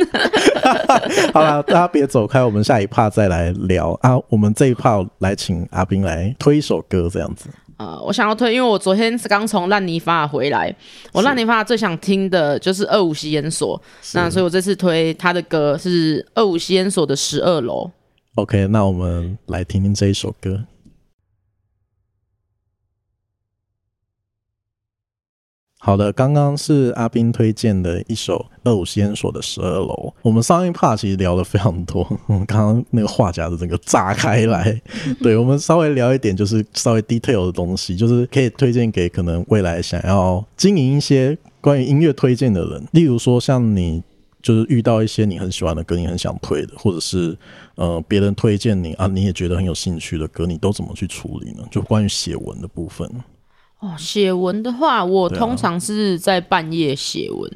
好了，大家别走开，我们下一趴再来聊啊。我们这一趴来请阿斌来推一首歌，这样子。啊、我想要推，因为我昨天是刚从烂泥发回来，我烂泥发最想听的就是二五吸烟所，那所以我这次推他的歌是二五吸烟所的十二楼。 OK，那我们来听听这一首歌。好的，刚刚是阿斌推荐的一首二五先所的《十二楼》。我们上一 part 其实聊了非常多， 我们刚刚那个话匣子整个炸开来。对，我们稍微聊一点，就是稍微 detail 的东西，就是可以推荐给可能未来想要经营一些关于音乐推荐的人，例如说像你。就是遇到一些你很喜欢的歌，你很想推的，或者是呃别人推荐你啊，你也觉得很有兴趣的歌，你都怎么去处理呢？就关于写文的部分，哦，写文的话，我对啊通常是在半夜写文。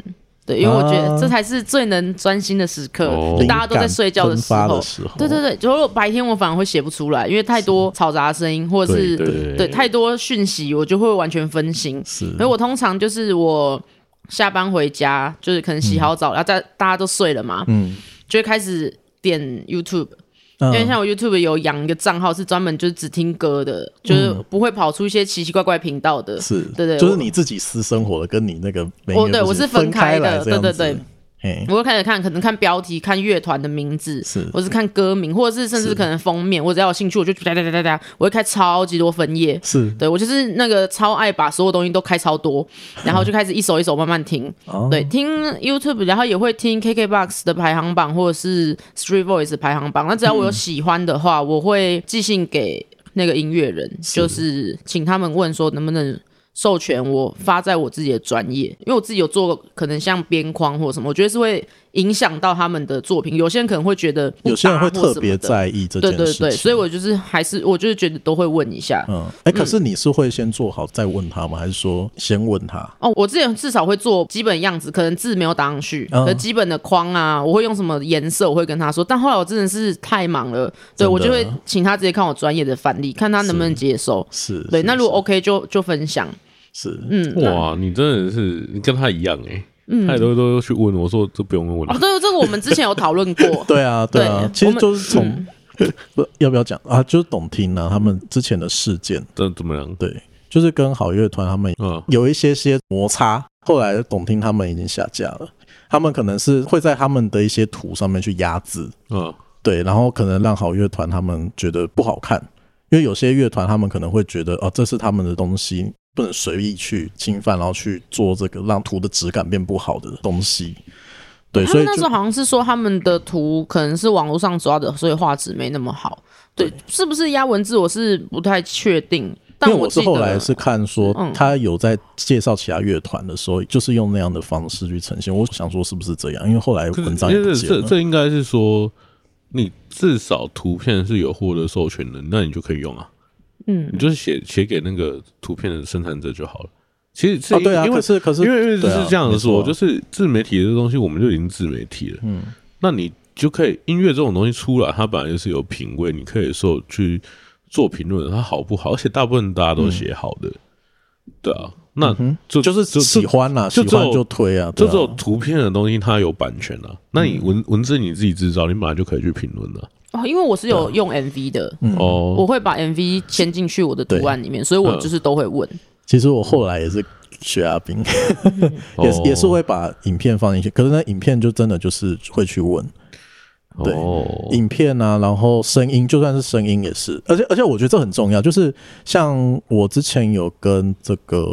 对，因为我觉得啊这才是最能专心的时刻，哦就大家都在睡觉灵感时喷发候的。时候，对对对，如果白天我反而会写不出来，因为太多嘈杂的声音，或者是对对对太多讯息，我就会完全分心。是所以我通常就是我下班回家，就是可能洗好澡，然后大大家都睡了嘛，嗯，就会开始点 YouTube，、因因为像我 YouTube 有养一个账号是专门就是只听歌的，就是不会跑出一些奇奇怪怪频道的。嗯是，对对就是我你自己私生活的跟你那个美哦女对不我是分分开来的这样对对子对。哎，我会开始看，可能看标题、看乐团的名字，是或是看歌名，或者是甚至是可能封面，我只要有兴趣，我就哒哒哒哒哒，我会开超级多分页。是对我就是那个超爱把所有东西都开超多，然后就开始一首一首慢慢听。 哦对，听 YouTube，然后也会听 KKBox 的排行榜或者是 Street Voice 的排行榜。那只要嗯我有喜欢的话，我会寄信给那个音乐人，就是请他们问说能不能。授权我发在我自己的专业，因为我自己有做可能像边框或什么，我觉得是会影响到他们的作品。有些人可能会觉得不有些人搭会或特什么别的在意这件对事情。对对，所以我就是还是我就是觉得都会问一下，嗯，哎、可是你是会先做好再问他吗？还是说先问他？哦，我之前至少会做基本样子，可能字没有打上去，嗯可基本的框啊，我会用什么颜色，我会跟他说。但后来我真的是太忙了，对真的我就会请他直接看我专业的范例，看他能不能接受。是对，是那如果 OK 就就分享。是。嗯，那哇，你真的是你跟他一样哎，他也都都去问我说这不用问哦，了，对，这个我们之前有讨论 过对啊，对啊对，其我实们嗯就是从、 不要不要讲啊，就是董听啊，他们之前的事件，这怎么样？对，就是跟好乐团他们嗯，有一些些摩擦，后来董听他们已经下架了，他们可能是会在他们的一些图上面去压制，嗯，对，然后可能让好乐团他们觉得不好看，因为有些乐团他们可能会觉得哦，这是他们的东西，不能随意去侵犯，然后去做这个让图的质感变不好的东西。对，他所们以那时候就好像是说他们的图可能是网络上抓的，所以画质没那么好。对，是不是压文字我是不太确定，但因为我是记得后来是看说嗯他有在介绍其他乐团的时候，就是用那样的方式去呈现。我想说是不是这样？因为后来可是文章也不这见这了。这应该是说，你至少图片是有获得授权的，那你就可以用啊。嗯你就是写写给那个图片的生产者就好了。其实是、啊，对啊，因为可是可是因为因为就对啊是这样子说，没错啊就是自媒体这东西，我们就已经自媒体了。嗯，那你就可以音乐这种东西出来，它本来就是有品味，你可以说去做评论，它好不好？而且大部分大家都写好的，对啊。那就、嗯就是就喜欢啦，喜就只有欢就推啊，嗯就对啊这种图片的东西，它有版权啊。那你文文字你自己制造，你本来就可以去评论了。哦，因为我是啊有用 MV 的，嗯我哦，会把 MV 牵进去我的图案里面，所以我就是都会问。其实我后来也是学阿兵，也是哦也是会把影片放进去，可是那影片就真的就是会去问对哦，影片啊，然后声音，就算是声音也是，而且而且我觉得这很重要，就是像我之前有跟这个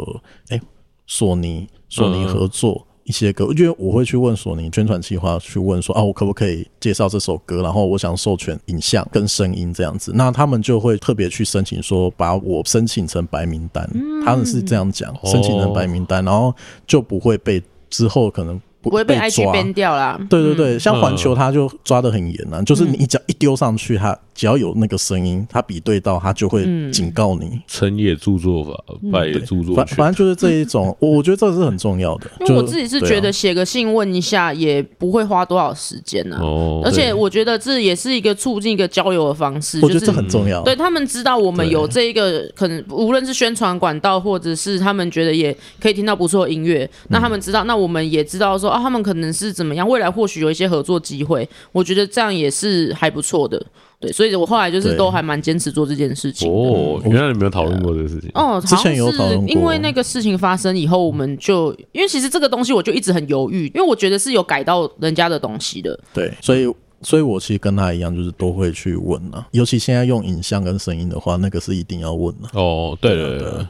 哎、索尼索尼合作。一些歌，因为我会去问索尼宣传计划，去问说啊，我可不可以介绍这首歌？然后我想授权影像跟声音这样子，那他们就会特别去申请说，把我申请成白名单，他们是这样讲，嗯申请成白名单，然后就不会被之后可能不不会被 IG 抓编掉啦。对对对，像环球嗯它就抓得很严啊，嗯就是你只要一丢上去，它只要有那个声音，它比对到，它就会嗯警告你。成也著作法，败也著嗯作反权。反正就是这一种，我我觉得这是很重要的。因为就啊我自己是觉得写个信问一下也不会花多少时间呢、哦，啊而且我觉得这也是一个促进一个交流的方式，对啊我觉就得这是很重要。对他们知道我们有这一个可能，无论是宣传管道，或者是他们觉得也可以听到不错的音乐，嗯那他们知道，那我们也知道说啊，他们可能是怎么样，未来或许有一些合作机会，我觉得这样也是还不错的。对，所以我后来就是对都还蛮坚持做这件事情的。哦，原来你没有讨论过这个事情。哦，之好像前是有讨论过因为那个事情发生以后，我们就因为其实这个东西我就一直很犹豫，因为我觉得是有改到人家的东西的。对，所以所以我其实跟他一样，就是都会去问啊。尤其现在用影像跟声音的话，那个是一定要问的、啊哦，对对对对，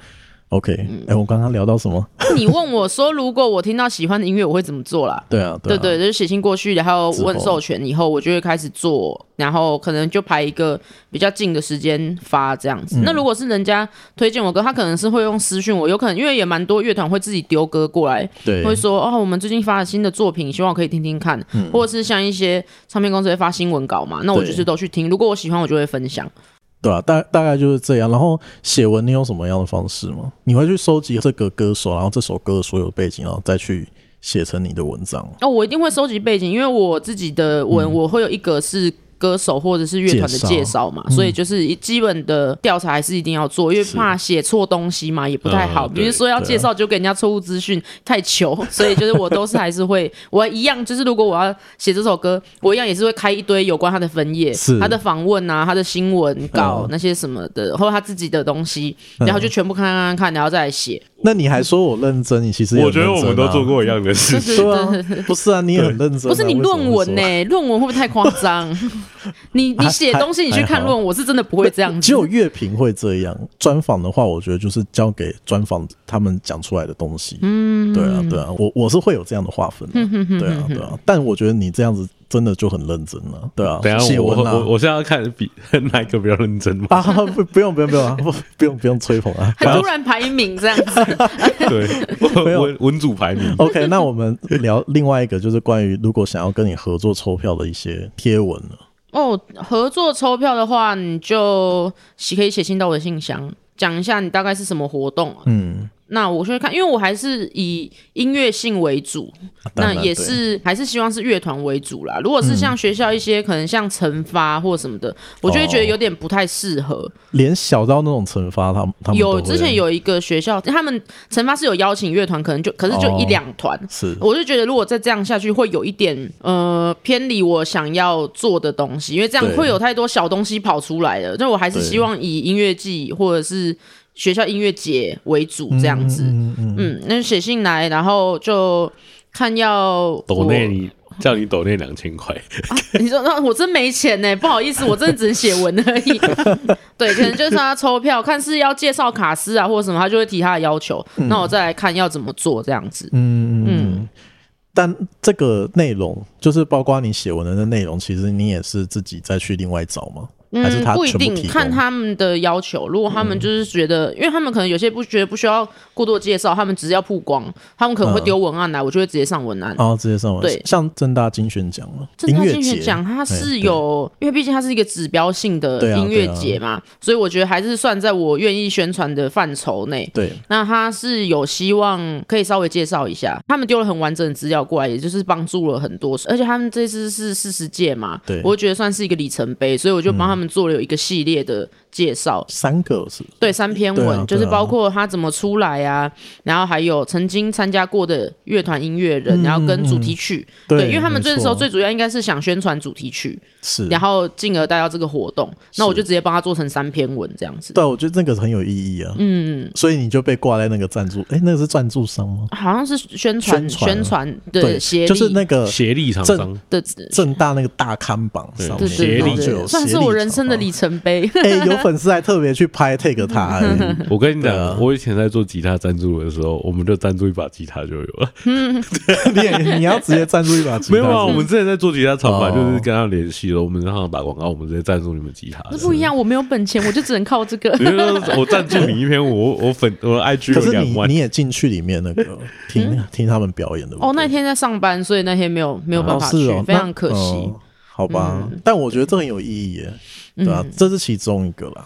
OK，哎、嗯我刚刚聊到什么？你问我说，如果我听到喜欢的音乐，我会怎么做啦？对啊，对啊对，就是写信过去，然后之后问授权以后，我就会开始做，然后可能就排一个比较近的时间发这样子。嗯那如果是人家推荐我歌，他可能是会用私讯我，有可能因为也蛮多乐团会自己丢歌过来，对会说哦，我们最近发了新的作品，希望我可以听听看，或者是像一些唱片公司会发新闻稿嘛，那我嗯对就是都去听，如果我喜欢，我就会分享。对啊，大大概就是这样。然后写文，你有什么样的方式吗？你会去收集这个歌手，然后这首歌的所有背景，然后再去写成你的文章吗。哦，我一定会收集背景，因为我自己的文、我会有一格是。歌手或者是乐团的介绍嘛，所以就是一基本的调查还是一定要做，因为怕写错东西嘛，也不太好。嗯比如说要介绍就给人家错误资讯，太糗。所以就是我都是还是会，我一样就是如果我要写这首歌，我一样也是会开一堆有关他的分页是，他的访问啊，他的新闻稿嗯那些什么的，或者他自己的东西，然后就全部看看看看，然后再来写。那你还说我认真，你其实也我很觉得认我真们都啊做。过一样的事情。对啊，不是啊，你也很认真啊、不是你为什么会论文说呢、论文会不会太夸 张？你你还写东西，你去还看好论文，我是真的不会这样子。只有乐评会这样，专访的话，我觉得就是交给专访他们讲出来的东西。嗯，对啊，对啊，我我是会有这样的划分的、嗯对啊，对啊。但我觉得你这样子真的就很认真了、对啊。等一写下我文我啊，我现在要看比 哪一个比较认真嘛？ 啊，不不用不用不用 啊，不不用不用吹捧啊。他突然排名这样子，对，没有哦文文组排名。 OK，那我们聊另外一个，就是关于如果想要跟你合作抽票的一些贴文了。 哦，合作抽票的话，你就哦写可以写信到我的信箱，讲一下你大概是什么活动、啊。嗯，那我就会看，因为我还是以音乐性为主，当然那也对嗯是还是希望是乐团为主啦。如果是像学校一些、可能像惩罚或什么的，我就会哦觉得有点不太适合。连小到那种惩罚，他们他们有都会之前有一个学校，他们惩罚是有邀请乐团，可能就可是就一哦两团。是我就觉得，如果再这样下去，会有一点呃偏离我想要做的东西，因为这样对会有太多小东西跑出来了。就我还是对希望以音乐季或者是学校音乐节为主这样子。嗯嗯嗯嗯，那写信来，然后就看要抖我内你叫你抖内两千块， 你说那我真没钱呢、不好意思，我真的只能写文而 已。对，可能就是他抽票，看是要介绍卡斯啊或者什么，他就会提他的要求，那我再来看要怎么做这样子。嗯嗯嗯嗯。但这个内容，就是包括你写文的那内容，其实你也是自己再去另外找吗？还是他嗯不一全部定提供？看他们的要求。如果他们就是觉得，因为他们可能有些不觉得不需要过多介绍，他们只是要曝光，他们可能会丢文案来，我就会直接上文案。哦，直接上完。对像正大金选奖了，正大音乐金曲节奖它哎是对有，因为毕竟它是一个指标性的对啊音乐对啊节嘛，所以我觉得还是算在我愿意宣传的范畴内。对那他是有希望可以稍微介绍一下，他们丢了很完整的资料过来，也就是帮助了很多，而且他们这次是四十届嘛，对我觉得算是一个里程碑，所以我就帮他们做了有一个系列的介绍。三个是对三篇对啊文、对啊就是包括他怎么出来啊，然后还有曾经参加过的乐团音乐人，嗯然后跟主题曲，对，因为他们这时候最主要应该是想宣传主题曲，是然后进而带到这个活动，那我就直接帮他做成三篇文这样子。对，我觉得那个很有意义啊。嗯，所以你就被挂在那个赞嗯助，哎，那个是赞助商吗？好像是宣传宣传宣传的协力，就是那个协力厂商呃正。的正大那个大看榜上面，对协对力然对后就对，有算协是力我人生的厂 里程碑。哎、有粉丝还特别去拍 take 他、 哎我跟你讲，对啊我以前在做吉他赞助的时候，我们就赞助一把吉他就有了。你也你要直接赞助一把吉他，没有啊，是不我是们之前在做吉他厂牌，哦就是跟他联系了，我们让他打广告，我们直接赞助你们吉他。这不一样，我没有本钱，我就只能靠这个比。如说我赞助你一篇，我我粉我的 IG 可有是两你万你，也进去里面那个嗯听、听他们表演的哦，那天在上班，所以那天没有没有办法去，哦是哦、非常可惜。嗯那哦好吧、但我觉得这很有意义耶，对啊，这是其中一个啦。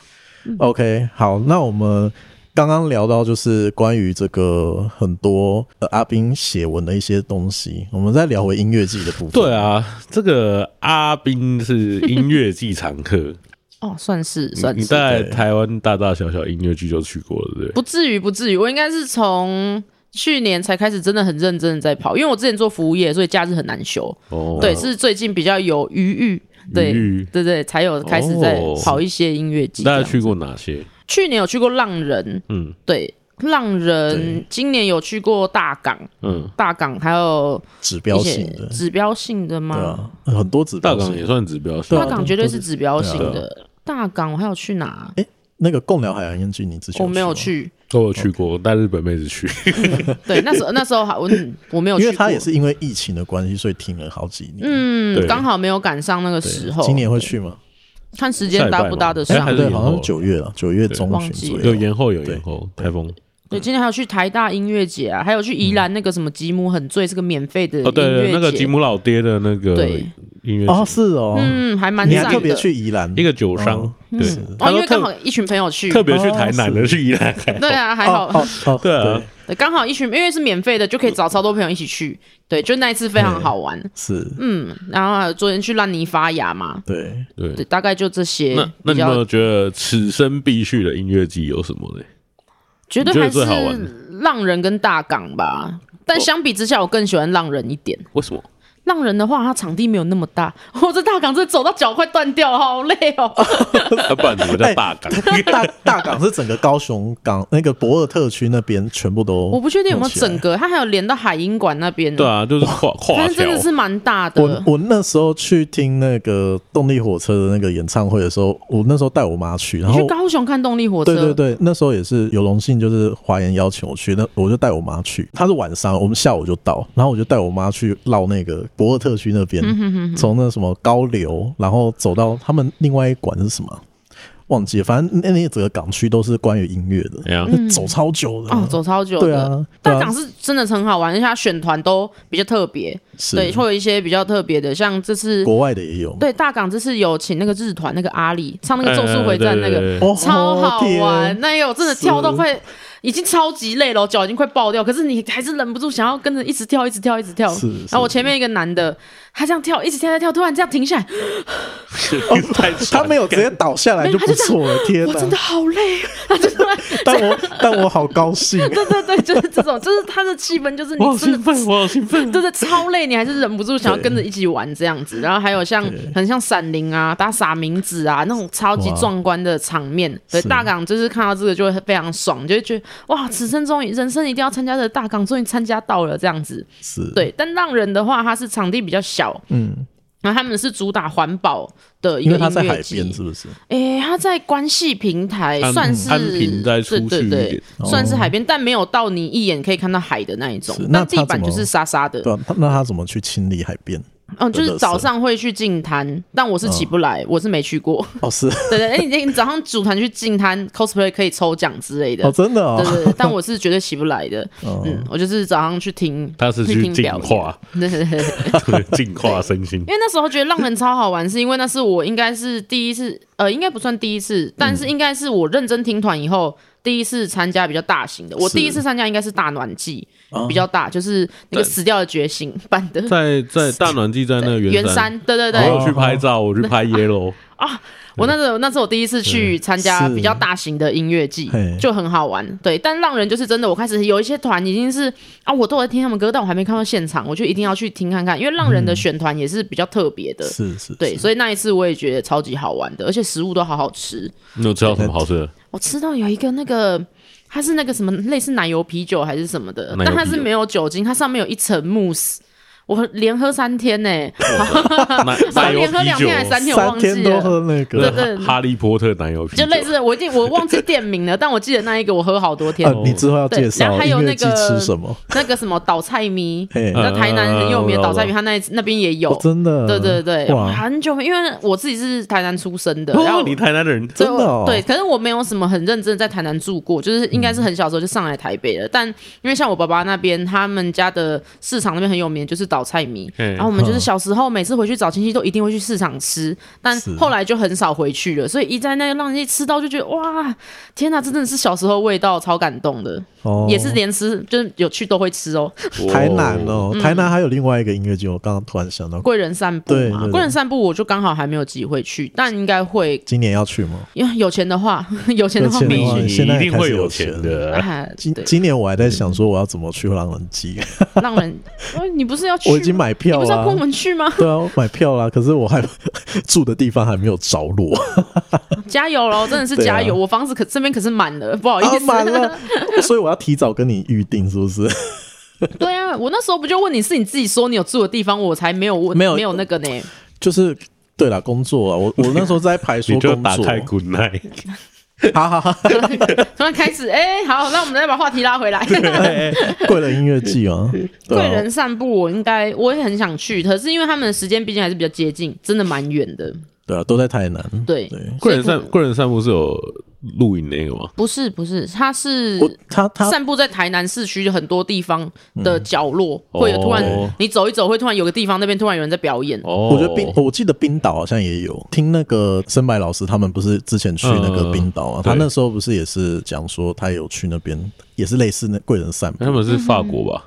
OK，好，嗯那我们刚刚聊到就是关于这个很多、呃、阿斌写文的一些东西，我们再聊回音乐季的部分。对，啊，这个阿斌是音乐季常客，哦，算是你算你是，在对台湾大大小小音乐剧就去过了，对不对？不至于不至于，我应该是从。去年才开始真的很认真的在跑，因为我之前做服务业，所以假日很难休。哦对，是最近比较有余裕，对余裕对对，才有开始在哦跑一些音乐节这大样。家去过哪些？去年有去过浪人，嗯对，浪人对今年有去过大港，嗯，大港还有指标一性些的，指标性的吗？对啊，很多指大标港性也的。算指标对性啊大港绝对是指标性对啊的。大港我还有去 哪？那个共聊海洋音剧，你之前我没有吗，去。我有去过，带日本妹子去。对，那 时候那时候还我嗯我没有去因过，为他也是因为疫情的关系，所以停了好几年。嗯哦对刚好没有赶上那个对时候。今年会去吗？看时间搭不搭得下礼拜哎吗还。上是对，以后好像是九月了，九月中忘旬记左了右有延后，有对延后，台风。对，今年还有去台大音乐节啊，还有去宜兰那个什么吉姆很醉，是个免费的音哦，对对，那乐个吉节。姆老爹的那个对音乐节哦，是哦，嗯，还蛮你赞还的。特别去宜兰一个酒商哦，对，哦，他因说为刚好特一群朋友去。特别去台南的，去宜兰还好对啊，还好。哦哦哦， 对啊，对，刚好一群，因为是免费的，就可以找超多朋友一起去。对，就那一次非常好玩。是，嗯，然后还有昨天去烂泥发芽嘛，对， 对对，大概就这些那那你比有没较有觉得此生必去的音乐季有什么呢？觉得你觉得还是最好玩哦的浪人跟大港吧。但相比之下，我更喜欢浪人一点。为 什么？浪人的话，它场地没有那么大， 我、这大港这走到脚快断掉了，好累哦。啊不然怎么叫大港？哎大大港是整个高雄港那个博尔特区那边全部都，我不确定有没有整个。个，它还有连到海英馆那边。啊对，啊，就是跨跨反正桥真。的是蛮大我的。我那时候去听那个动力火车的那个演唱会的时候，我那时候带我妈去，然你后去高雄看动力火车，对对对，那时候也是有荣幸，就是华研邀请我去，那我就带我妈去。她是晚上，我们下午就到，然后我就带我妈去绕那个博尔特区那边，嗯从那什么高流，然后走到他们另外一馆是什么啊，忘记了，反正那那整个港区都是关于音乐的，哎呀，那走超久的。哦，走超久的。对啊，对大啊港，是真的是很好玩，而且它选团都比较特别，是对，会有一些比较特别的，像这次国外的也有，对大港这次有请那个日团那个阿里唱那个《咒术回战》那哎个，哦，超好玩，天那有真的是跳到快，已经超级累了，脚已经快爆掉，可是你还是忍不住想要跟着一直跳，一直跳，一直跳。是然后我前面一个男的，他这样跳，一直跳，跳跳，突然这样停下来，太他没有直接倒下来就不错了，天我真的哪！好累，他就突然，但我但我好高兴， 对对对，就是这种，就是他的气氛，就是我好你真兴的奋，我好兴 奋。真的超累，你还是忍不住想要跟着一起玩这样子。然后还有像很像闪灵啊、打撒名字啊那种超级哇壮观的场面。对，是大港就是看到这个就会非常爽，你就会觉得哇，此生终于人生一定要参加的大港终于参加到了这样子。是，对，但浪人的话，它是场地比较小，嗯，然后他们是主打环保的一因个为音他在海乐边，季是。不是？诶，它在关系平台安算是安平再出对去对一对点，算是海边，但没有到你一眼可以看到海的那一种哦是。那但它地怎板就么是沙沙的，对啊，他那他怎么去清理海边？嗯，就的是垃圾早上会去净滩，但嗯我是起不来，我是没去过。 哦，是对对，哎，你你早上组团去净滩 cosplay 可以抽奖之类的哦，，真的 对哦，对， 对但我是绝对起不来的。哦嗯，我就是早上去听，他是去听净表演化， 对对对。对净化身心因。为那时候觉得浪人超好玩，是因为那是我应该是第一次，呃，应该不算第一次，但嗯是应该是我认真听团以后第一次参加比较大型的。我是第一次参加应该是大暖季，哦比较大，就是那个死掉的觉醒办的。在在大暖季在那个圆山，哦山，对对我对，有去拍照，我去拍 yellow，我那时候那是我第一次去参加是比较大型的音乐季嘿，就很好玩。对，但浪人就是真的，我开始有一些团已经是啊，我都有在听他们歌，但我还没看到现场，我就一定要去听看看，因为浪人的选团也是比较特别的。是是，对，是所以那一次我也觉得超级好玩的，而且食物都好好吃。你有吃到什么好吃的？我吃到有一个那个，它是那个什么类似奶油啤酒还是什么的，奶油啤酒但它是没有酒精，它上面有一层慕斯。我连喝三天呢、奶好奶油连喝啤两酒天，还是三天，我三忘记天都了。喝那对个，对哈哈利波特奶油啤酒就，类似的，我已经我忘记店名了，但我记得那一个我喝好多天呃，，你之后要对介然后绍还音有乐那季个吃什么？那个什么倒菜咪，嘿，嗯那台南很有名的倒菜咪，他那那边也有哦，，真的，对对对，哇，很久没，因为我自己是台南出生的，然后哦，你台南人，所以真的我哦嗯对，可是我没有什么很认真地在台南住过，就是应该是很小时候就上来台北了。但因为像我爸爸那边，他们家的市场那边很有名，就是倒菜米。嗯然后我们就是嗯小时候每次回去找亲戚，都一定会去市场吃，但是后来就很少回去了。所以一在那个浪人吃到，就觉得哇，天哪，这真的是小时候味道，超感动的。哦也是连嗯吃，就是有去都会吃哦。台南哦，台南还有另外一个音乐季，我刚刚突然想到，贵人散步哦对对嘛，对贵人散步我就刚好还没有机会去，但应该会，今年要去吗？因为有钱的话， 有钱的话有钱的必话须。你现在一定会有有钱钱的。啊今对今年我还在想说我要怎么去浪人 季，让人，哦你不是要去吗？我已经买你票啊不是要跟我啦。们去吗？对啊，我买票啦，可是我还 住的地方还没有着落，哦加油喽！真的是对啊加油！我房子可这边可是满了，不好意啊思。满了，所以我要提早跟你预定，是不是？对啊，我那时候不就问你是你自己说你有住的地方，我才没有问，没有没有那个呢。就是对了，工作啊，我我那时候在排说你就工打作，开 Good Night，好好好，突然开始，哎、好，那我们再把话题拉回来。贵人音乐季啊，对贵啊人散步，我应该我也很想去，可是因为他们的时间毕竟还是比较接近，真的蛮远的。对啊，都在台南，对，对所贵以人可散贵人散步是有露营那个吗？不是不是，它是我他他散布在台南市区很多地方的角落，嗯会有突然、哦你走一走，会突然有个地方那边突然有人在表演。哦，我觉得冰，我记得冰岛好像也有听那个森白老师他们不是之前去那个冰岛啊，嗯他对那时候不是也是讲说他有去那边，也是类似那贵人散步，他们是法国吧？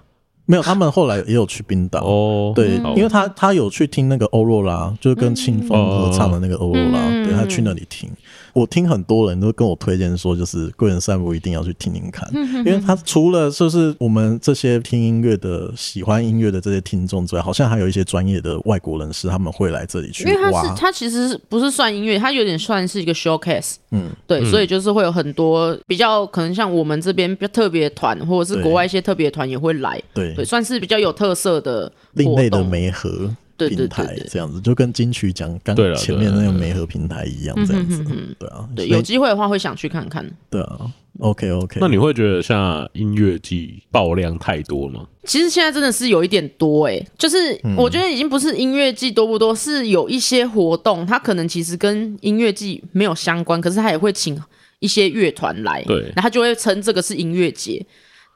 没有，他们后来也有去冰嗯岛。哦，对好，因为他他有去听那个欧若拉，就是跟清风合唱的那个欧若拉，嗯对他去那里听。我听很多人都跟我推荐说，就是贵人散步一定要去听听看，嗯因为他除了就是我们这些听音乐的、喜欢音乐的这些听众之外，好像还有一些专业的外国人士，他们会来这里去因为它挖是。它其实是不是算音乐，它有点算是一个 showcase，嗯，对，所以就是会有很多比较可能像我们这边比较特别团，或者是对国外一些特别团也会来，对对，，算是比较有特色的另活类的动媒合对平对对台对这样子，就跟金曲奖刚对了前面那对个了媒合平台一样，这样嗯子，对啊，对，所以有机会的话会想去看看。对啊，OK OK，那你会觉得像音乐季爆量太多了吗？其实现在真的是有一点多哎、就是我觉得已经不是音乐季多不多，是有一些活动，它可能其实跟音乐季没有相关，可是它也会请一些乐团来，对然后它就会称这个是音乐节。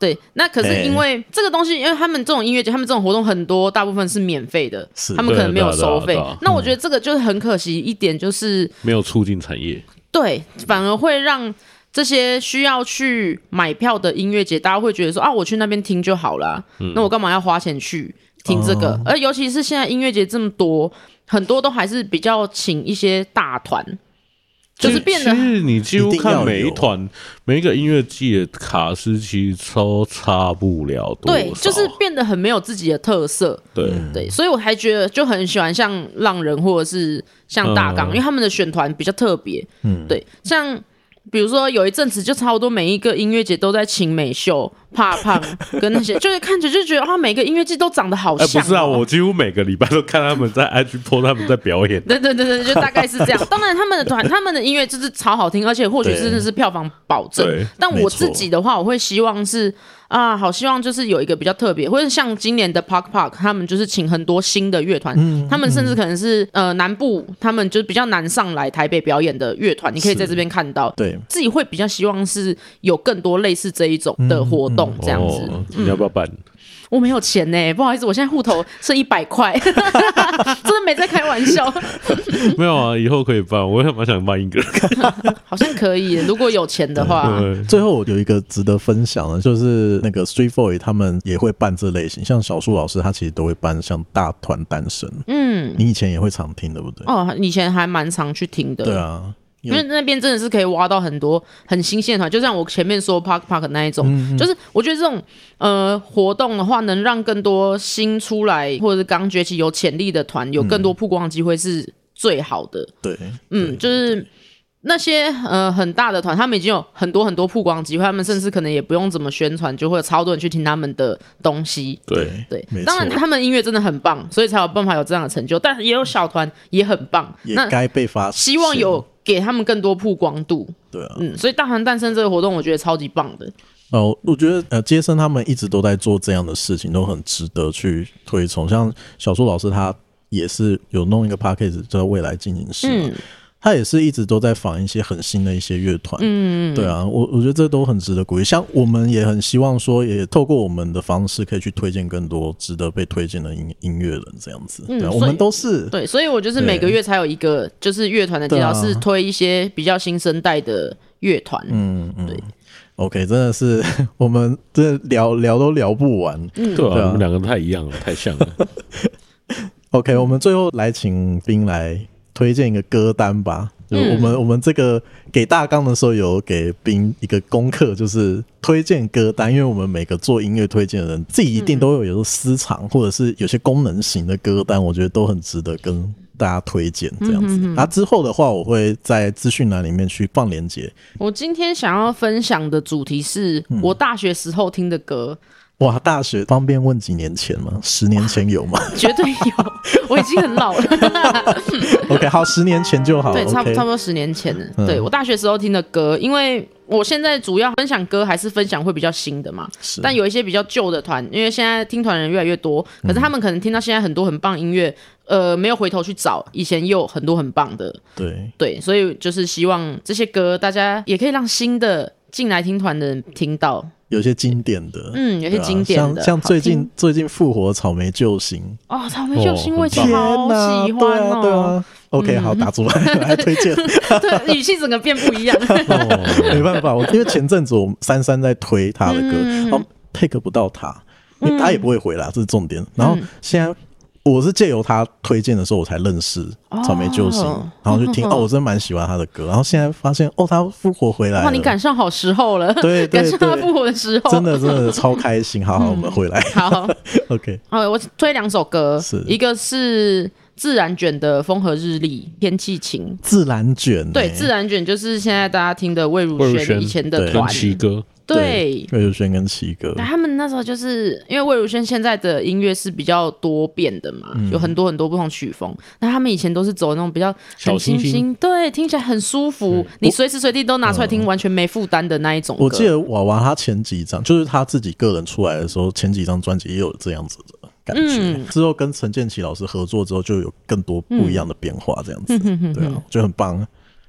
对，那可是因为这个东西，因为他们这种音乐节，他们这种活动很多，大部分是免费的是，他们可能没有对啊对啊收费对啊。那我觉得这个就是很可惜一点，就是没有促进产业，对，反而会让这些需要去买票的音乐节，大家会觉得说啊，我去那边听就好啦，嗯那我干嘛要花钱去听这个？哦而尤其是现在音乐节这么多，很多都还是比较请一些大团，就是变得其实你几乎一定要有看每一团每一个音乐季的卡司，其实都差不了多少。对，就是嗯变得很没有自己的特色。对，对，所以我还觉得就很喜欢像浪人或者是像大港，嗯因为他们的选团比较特别。嗯嗯，对，像比如说有一阵子就差不多每一个音乐节都在请美秀、怕胖跟那些， 就是看着就觉得啊，每个音乐季都长得好哎，像、。不是啊，我。几乎每个礼拜都看他们在 IG p 他们在表演对对对对，就大概是这 样。当然，他们的团、他们的音乐就是超好听，而且或许对真的是票房保证对。但没我错自己的话，我会希望是啊，好希望就是有一个比较特别，或者像今年的 Park Park，他们就是请很多新的乐团，嗯他们甚至可能是呃南部，他们就是比较难上来台北表演的乐团，你可以在这边看到。对自己会比较希望是有更多类似这一种的活动， 这样子。嗯哦，你要不要 办？我没有钱呢、不好意思，我现在户头剩一百块， 真的没在开玩笑。没有啊，以后可以办。我也蛮想办一个。好像可以，如果有钱 的话。对最后我有一个值得分享的，就是那个 Street Boy 他们也会办这类型，像小树老师他其实都会办像大团单身，嗯，你以前也会常听对不对？哦，以前还蛮常去听的。对。啊，因为那边真的是可以挖到很多很新鲜的团，就像我前面说 Park Park 那一种，嗯就是我觉得这种呃活动的话，能让更多新出来或者是刚崛起有潜力的团有更多曝光的机会是最好的。嗯对，嗯，就是那些呃很大的团，他们已经有很多很多曝光机会，他们甚至可能也不用怎么宣传，就会有超多人去听他们的东西。 对，对没，错当然他们音乐真的很棒，所以才有办法有这样的成就。但也有小团也很棒，也那该被发现，希望有给他们更多曝光度。对啊。嗯，所以大团诞生这个活动，我觉得超级棒的。哦，我觉得呃，杰森他们一直都在做这样的事情，都很值得去推崇。像小树老师他也是有弄一个 p a c k a g e 叫《未来进行式》嘛，嗯，他也是一直都在仿一些很新的一些乐团，嗯，对啊，我我觉得这都很值得鼓励。像我们也很希望说，也透过我们的方式，可以去推荐更多值得被推荐的音音乐人，这样子，对、啊，所以我们都是对，所以我就是对每个月才有一个就是乐团的介绍，对啊是推一些比较新生代的乐团。嗯嗯对，OK，真的是 我们这聊聊都聊不完。嗯对对啊啊，我们两个太一样了，太像 了。 OK，我们最后来请冰来推荐一个歌单吧。就嗯我们、我们这个给大纲的时候，有给冰一个功课，就是推荐歌单，因为我们每个做音乐推荐的人，自己一定都有有私藏，或者是有些功能型的歌单，我觉得都很值得跟大家推荐这样嗯子。啊，之后的话，我会在资讯栏里面去放链接。我今天想要分享的主题是嗯我大学时候听的歌，哇，大学方便问几年前吗？十年前有 吗绝对有，我已经很老 了。 ？OK，好，十年前就好。对，差不哦 OK 差不多十年前了。嗯对我大学时候听的歌，因为我现在主要分享歌还是分享会比较新的嘛，是但有一些比较旧的团，因为现在听团人越来越多，嗯可是他们可能听到现在很多很棒音乐，呃，没有回头去找以前也有很多很棒的，对，对，所以就是希望这些歌大家也可以让新的进来听团的人听到，有些经典的，嗯，有些对啊经典的，像像好最听近最近复活草莓救星，哦，草莓救星我以前天好哪，喜欢对啊对哦，啊，OK，好啊打出来， 来推荐， 对，语气整个变不 一样，哦没办法，我因为前阵子我们珊珊在推他的歌，嗯然后 take 不到他，因为他也不会回啦，这是重点。然嗯后现在。我是借由他推荐的时候，我才认识草莓救星，哦然后就听哦，我真的蛮喜欢他的歌。然后现在发现哦，他复活回来了，哇，你赶上好时候了，对对 赶上他对复活的时候，真的真的超开心。好好，我们回来嗯好。 ，OK，哦，我推两首歌是，一个是自然卷的《风和日丽》，天气晴。自然卷欸，对，自然卷就是现在大家听的魏如魏如萱萱以前的对跟团，奇哥，对对，魏如萱跟奇哥，他们那时候就是因为魏如萱现在的音乐是比较多变的嘛，嗯有很多很多不同曲风。那他们以前都是走那种比较小很清清新新，对，听起来很舒服，你随时随地都拿出来听，完全没负担的那一种歌。嗯哦我记得娃娃他前几张，就是他自己个人出来的时候，前几张专辑也有这样子的感觉。嗯之后跟陈建奇老师合作之后，就有更多不一样的变化，这样嗯子，对啊，就很棒。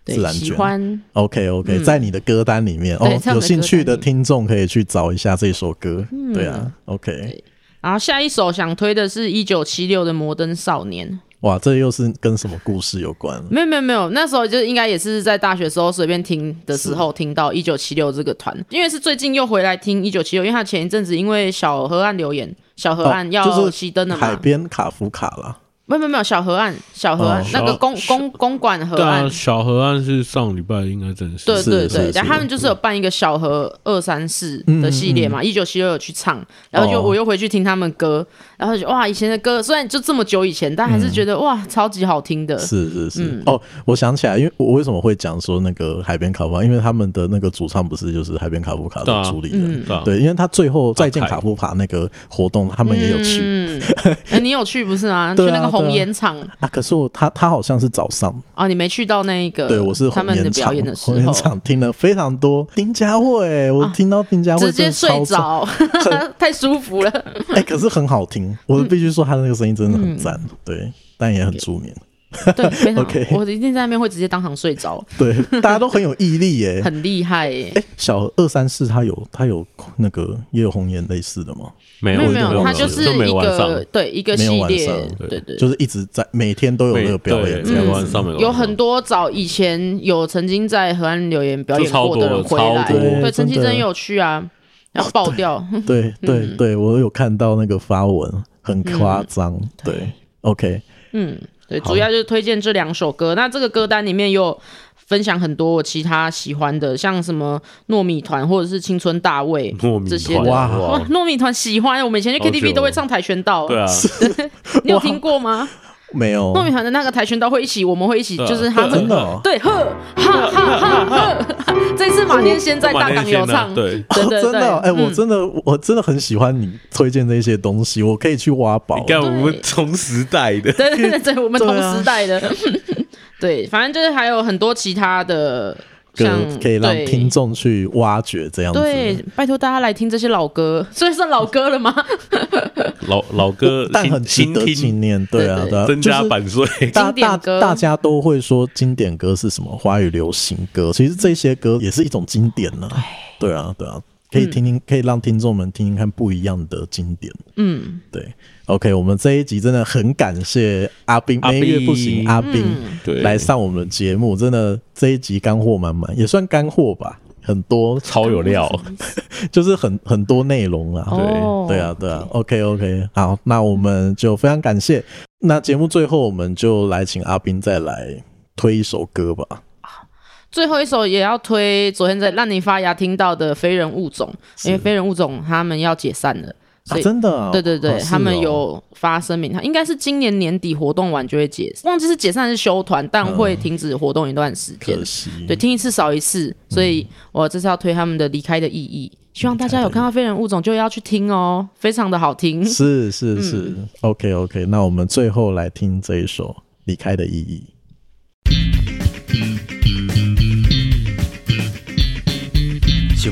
自对，然喜卷欢嗯，OK OK，、在你的歌单里面哦对在，我们的有兴趣歌的单里嗯听众可以去找一下这首歌，对啊，OK，对然后下一首想推的是一九七六的《摩登少年》。哇，这又是跟什么故事有关？没有没有没有，那时候就应该也是在大学时候随便听的时候听到一九七六这个团，因为是最近又回来听一九七六，因为他前一阵子因为小河岸留言，小河岸要哦就是熄灯了嘛，海边卡夫卡啦，没有没有没有小河岸，小河岸、哦那个小公公公馆河对岸啊，。小河岸是上礼拜应该正式，对是对是对，是然后他们就是有办一个小河二三四的系列嘛，一九七六有去唱，然后就哦我又回去听他们歌，然后就哇以前的歌虽然就这么久以前，但还是觉得哇超级好听的，嗯是是是、哦，我想起来，因为我为什么会讲说那个海边卡夫卡，因为他们的那个主唱不是就是海边卡夫卡对啊的主理人，嗯对啊对，因为他最后再见凯卡夫卡那个活动，他们也有去、嗯，哎你有去不是吗？去对啊那个红对啊岩场，啊。可是我他他好像是早上，哦，你没去到那一个，对我是呃他红们的岩表场演的，时红岩候，啊场听了非常多丁佳慧，我听到丁佳慧直接睡真的超着， 太舒服了。 赞，哎、可是很好听，我嗯必须说他那个声音真的很赞，对，但也很助眠， 对，非常 OK 我一定在那边会直接当场睡着，对，大家都很有毅力耶、很厉害耶。 哎、小二三四，他有他有那个也有红颜类似的吗？没有没有没哎没有没有，它有就是没一晚上，个对一个没有系晚列上，对对对。就是一直在每天都有那个表演，对这没有样晚子上没晚上嗯有很多早以前有曾经在河岸留言表演过的人回来，就超多超多对，陈绮真贞的有去哦啊，然后爆掉，对对嗯对，我有看到那个发文，很夸张。对，OK，嗯，对，好主要就是推荐这两首歌。那这个歌单里面有分享很多我其他喜欢的，像什么糯米团或者是青春大卫糯米这些的。哇哇，糯米团喜欢，我们以前去好久 KTV 都会唱跆拳道，对啊，你有听过吗？没有糯米团的那个跆拳道会一起，我们会一起，对啊就是他真们的哦对，呵哈哈哈呵，这次马念先在哦大港有唱，啊对，对 对真对的哦，哎，我嗯真的我真的很喜欢你推荐这些东西，我可以去挖宝你。看我们同时代的， 对对对对，我们对同啊时代的， 对，反正就是还有很多其他的，像歌可以让对听众去挖掘这样子，对，拜托大家来听这些老歌， 所以算老歌 了吗？老老歌但很值新新得纪听，念。对啊，对对对啊，增加就是版税，大经典大歌大家都会说经典歌是什么？华语流行歌，其实这些歌也是一种经典呢、对啊，对啊，可以听听，可以让听众们听听看不一样的经典。嗯，对，OK，我们这一集真的很感谢阿斌，阿每斌嗯月不行，阿斌、对来上我们节目，真的这一集干货满满，也算干货吧，很多超有料，就是很很多内容啦。哦对啊，，对啊，OK OK，好，那我们就非常感谢。那节目最后，我们就来请阿斌再来推一首歌吧。最后一首也要推昨天在让你发芽听到的《非人物种》，因为《非人物种》他们要解散了，啊所，以。真的、啊，对对对，啊是他们哦有发声明，他应该是今年年底活动完就会解，忘记是解散还是休团，但会停止活动一段时间可。惜，嗯对，听一次少一次，所以我这次要推他们的《离开的意义》，希望大家有看到《非人物种》就要去听哦，非常的好听。是是是、o k OK，那我们最后来听这一首《离开的意义》。喜